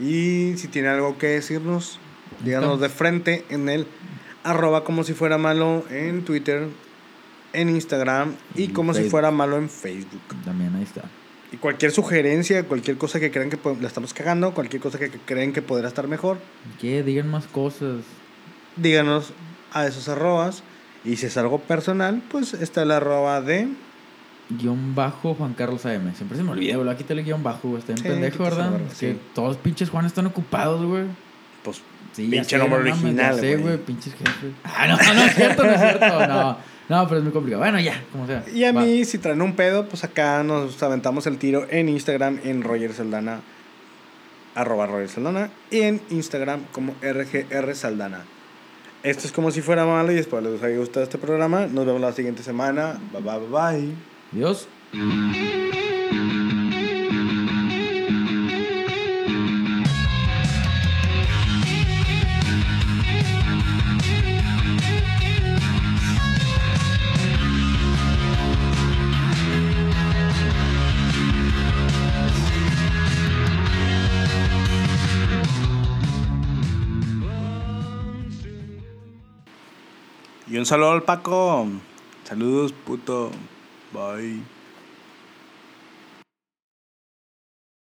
[SPEAKER 1] Y si tienen algo que decirnos, díganos de frente en el arroba como si fuera malo en Twitter, en Instagram y
[SPEAKER 2] En
[SPEAKER 1] como si
[SPEAKER 2] Facebook.
[SPEAKER 1] fuera malo en Facebook.
[SPEAKER 2] También ahí está.
[SPEAKER 1] Y cualquier sugerencia, cualquier cosa que crean que po- la estamos cagando, cualquier cosa que que creen que podrá estar mejor,
[SPEAKER 2] Que digan más cosas.
[SPEAKER 1] díganos a esos arrobas. Y si es algo personal, pues está el arroba de...
[SPEAKER 2] Guión bajo Juan Carlos AM. Siempre se me olvida, güey. Quítale el guión bajo, güey. Está en
[SPEAKER 1] Sí,
[SPEAKER 2] pendejo,
[SPEAKER 1] quítale,
[SPEAKER 2] ¿verdad?
[SPEAKER 1] güey,
[SPEAKER 2] Es que
[SPEAKER 1] sí.
[SPEAKER 2] todos pinches Juan están ocupados, güey.
[SPEAKER 1] Pues
[SPEAKER 2] Sí,
[SPEAKER 1] Pinche nombre
[SPEAKER 2] no mames,
[SPEAKER 1] original,
[SPEAKER 2] ya sé,
[SPEAKER 1] güey.
[SPEAKER 2] güey. Pinches jefes. Ah, no, no es cierto, no es cierto. No, no, pero es muy complicado. Bueno, ya, como sea.
[SPEAKER 1] Y a
[SPEAKER 2] Va.
[SPEAKER 1] mí, si traen un pedo, pues acá nos aventamos el tiro en Instagram, en Roger Saldana, arroba Roger Saldana, y en Instagram como RGR Saldana. Esto es como si fuera malo y espero les haya gustado este programa. Nos vemos la siguiente semana. Bye bye bye. bye.
[SPEAKER 2] Dios.
[SPEAKER 1] Y un saludo al Paco. Saludos, puto. Bye.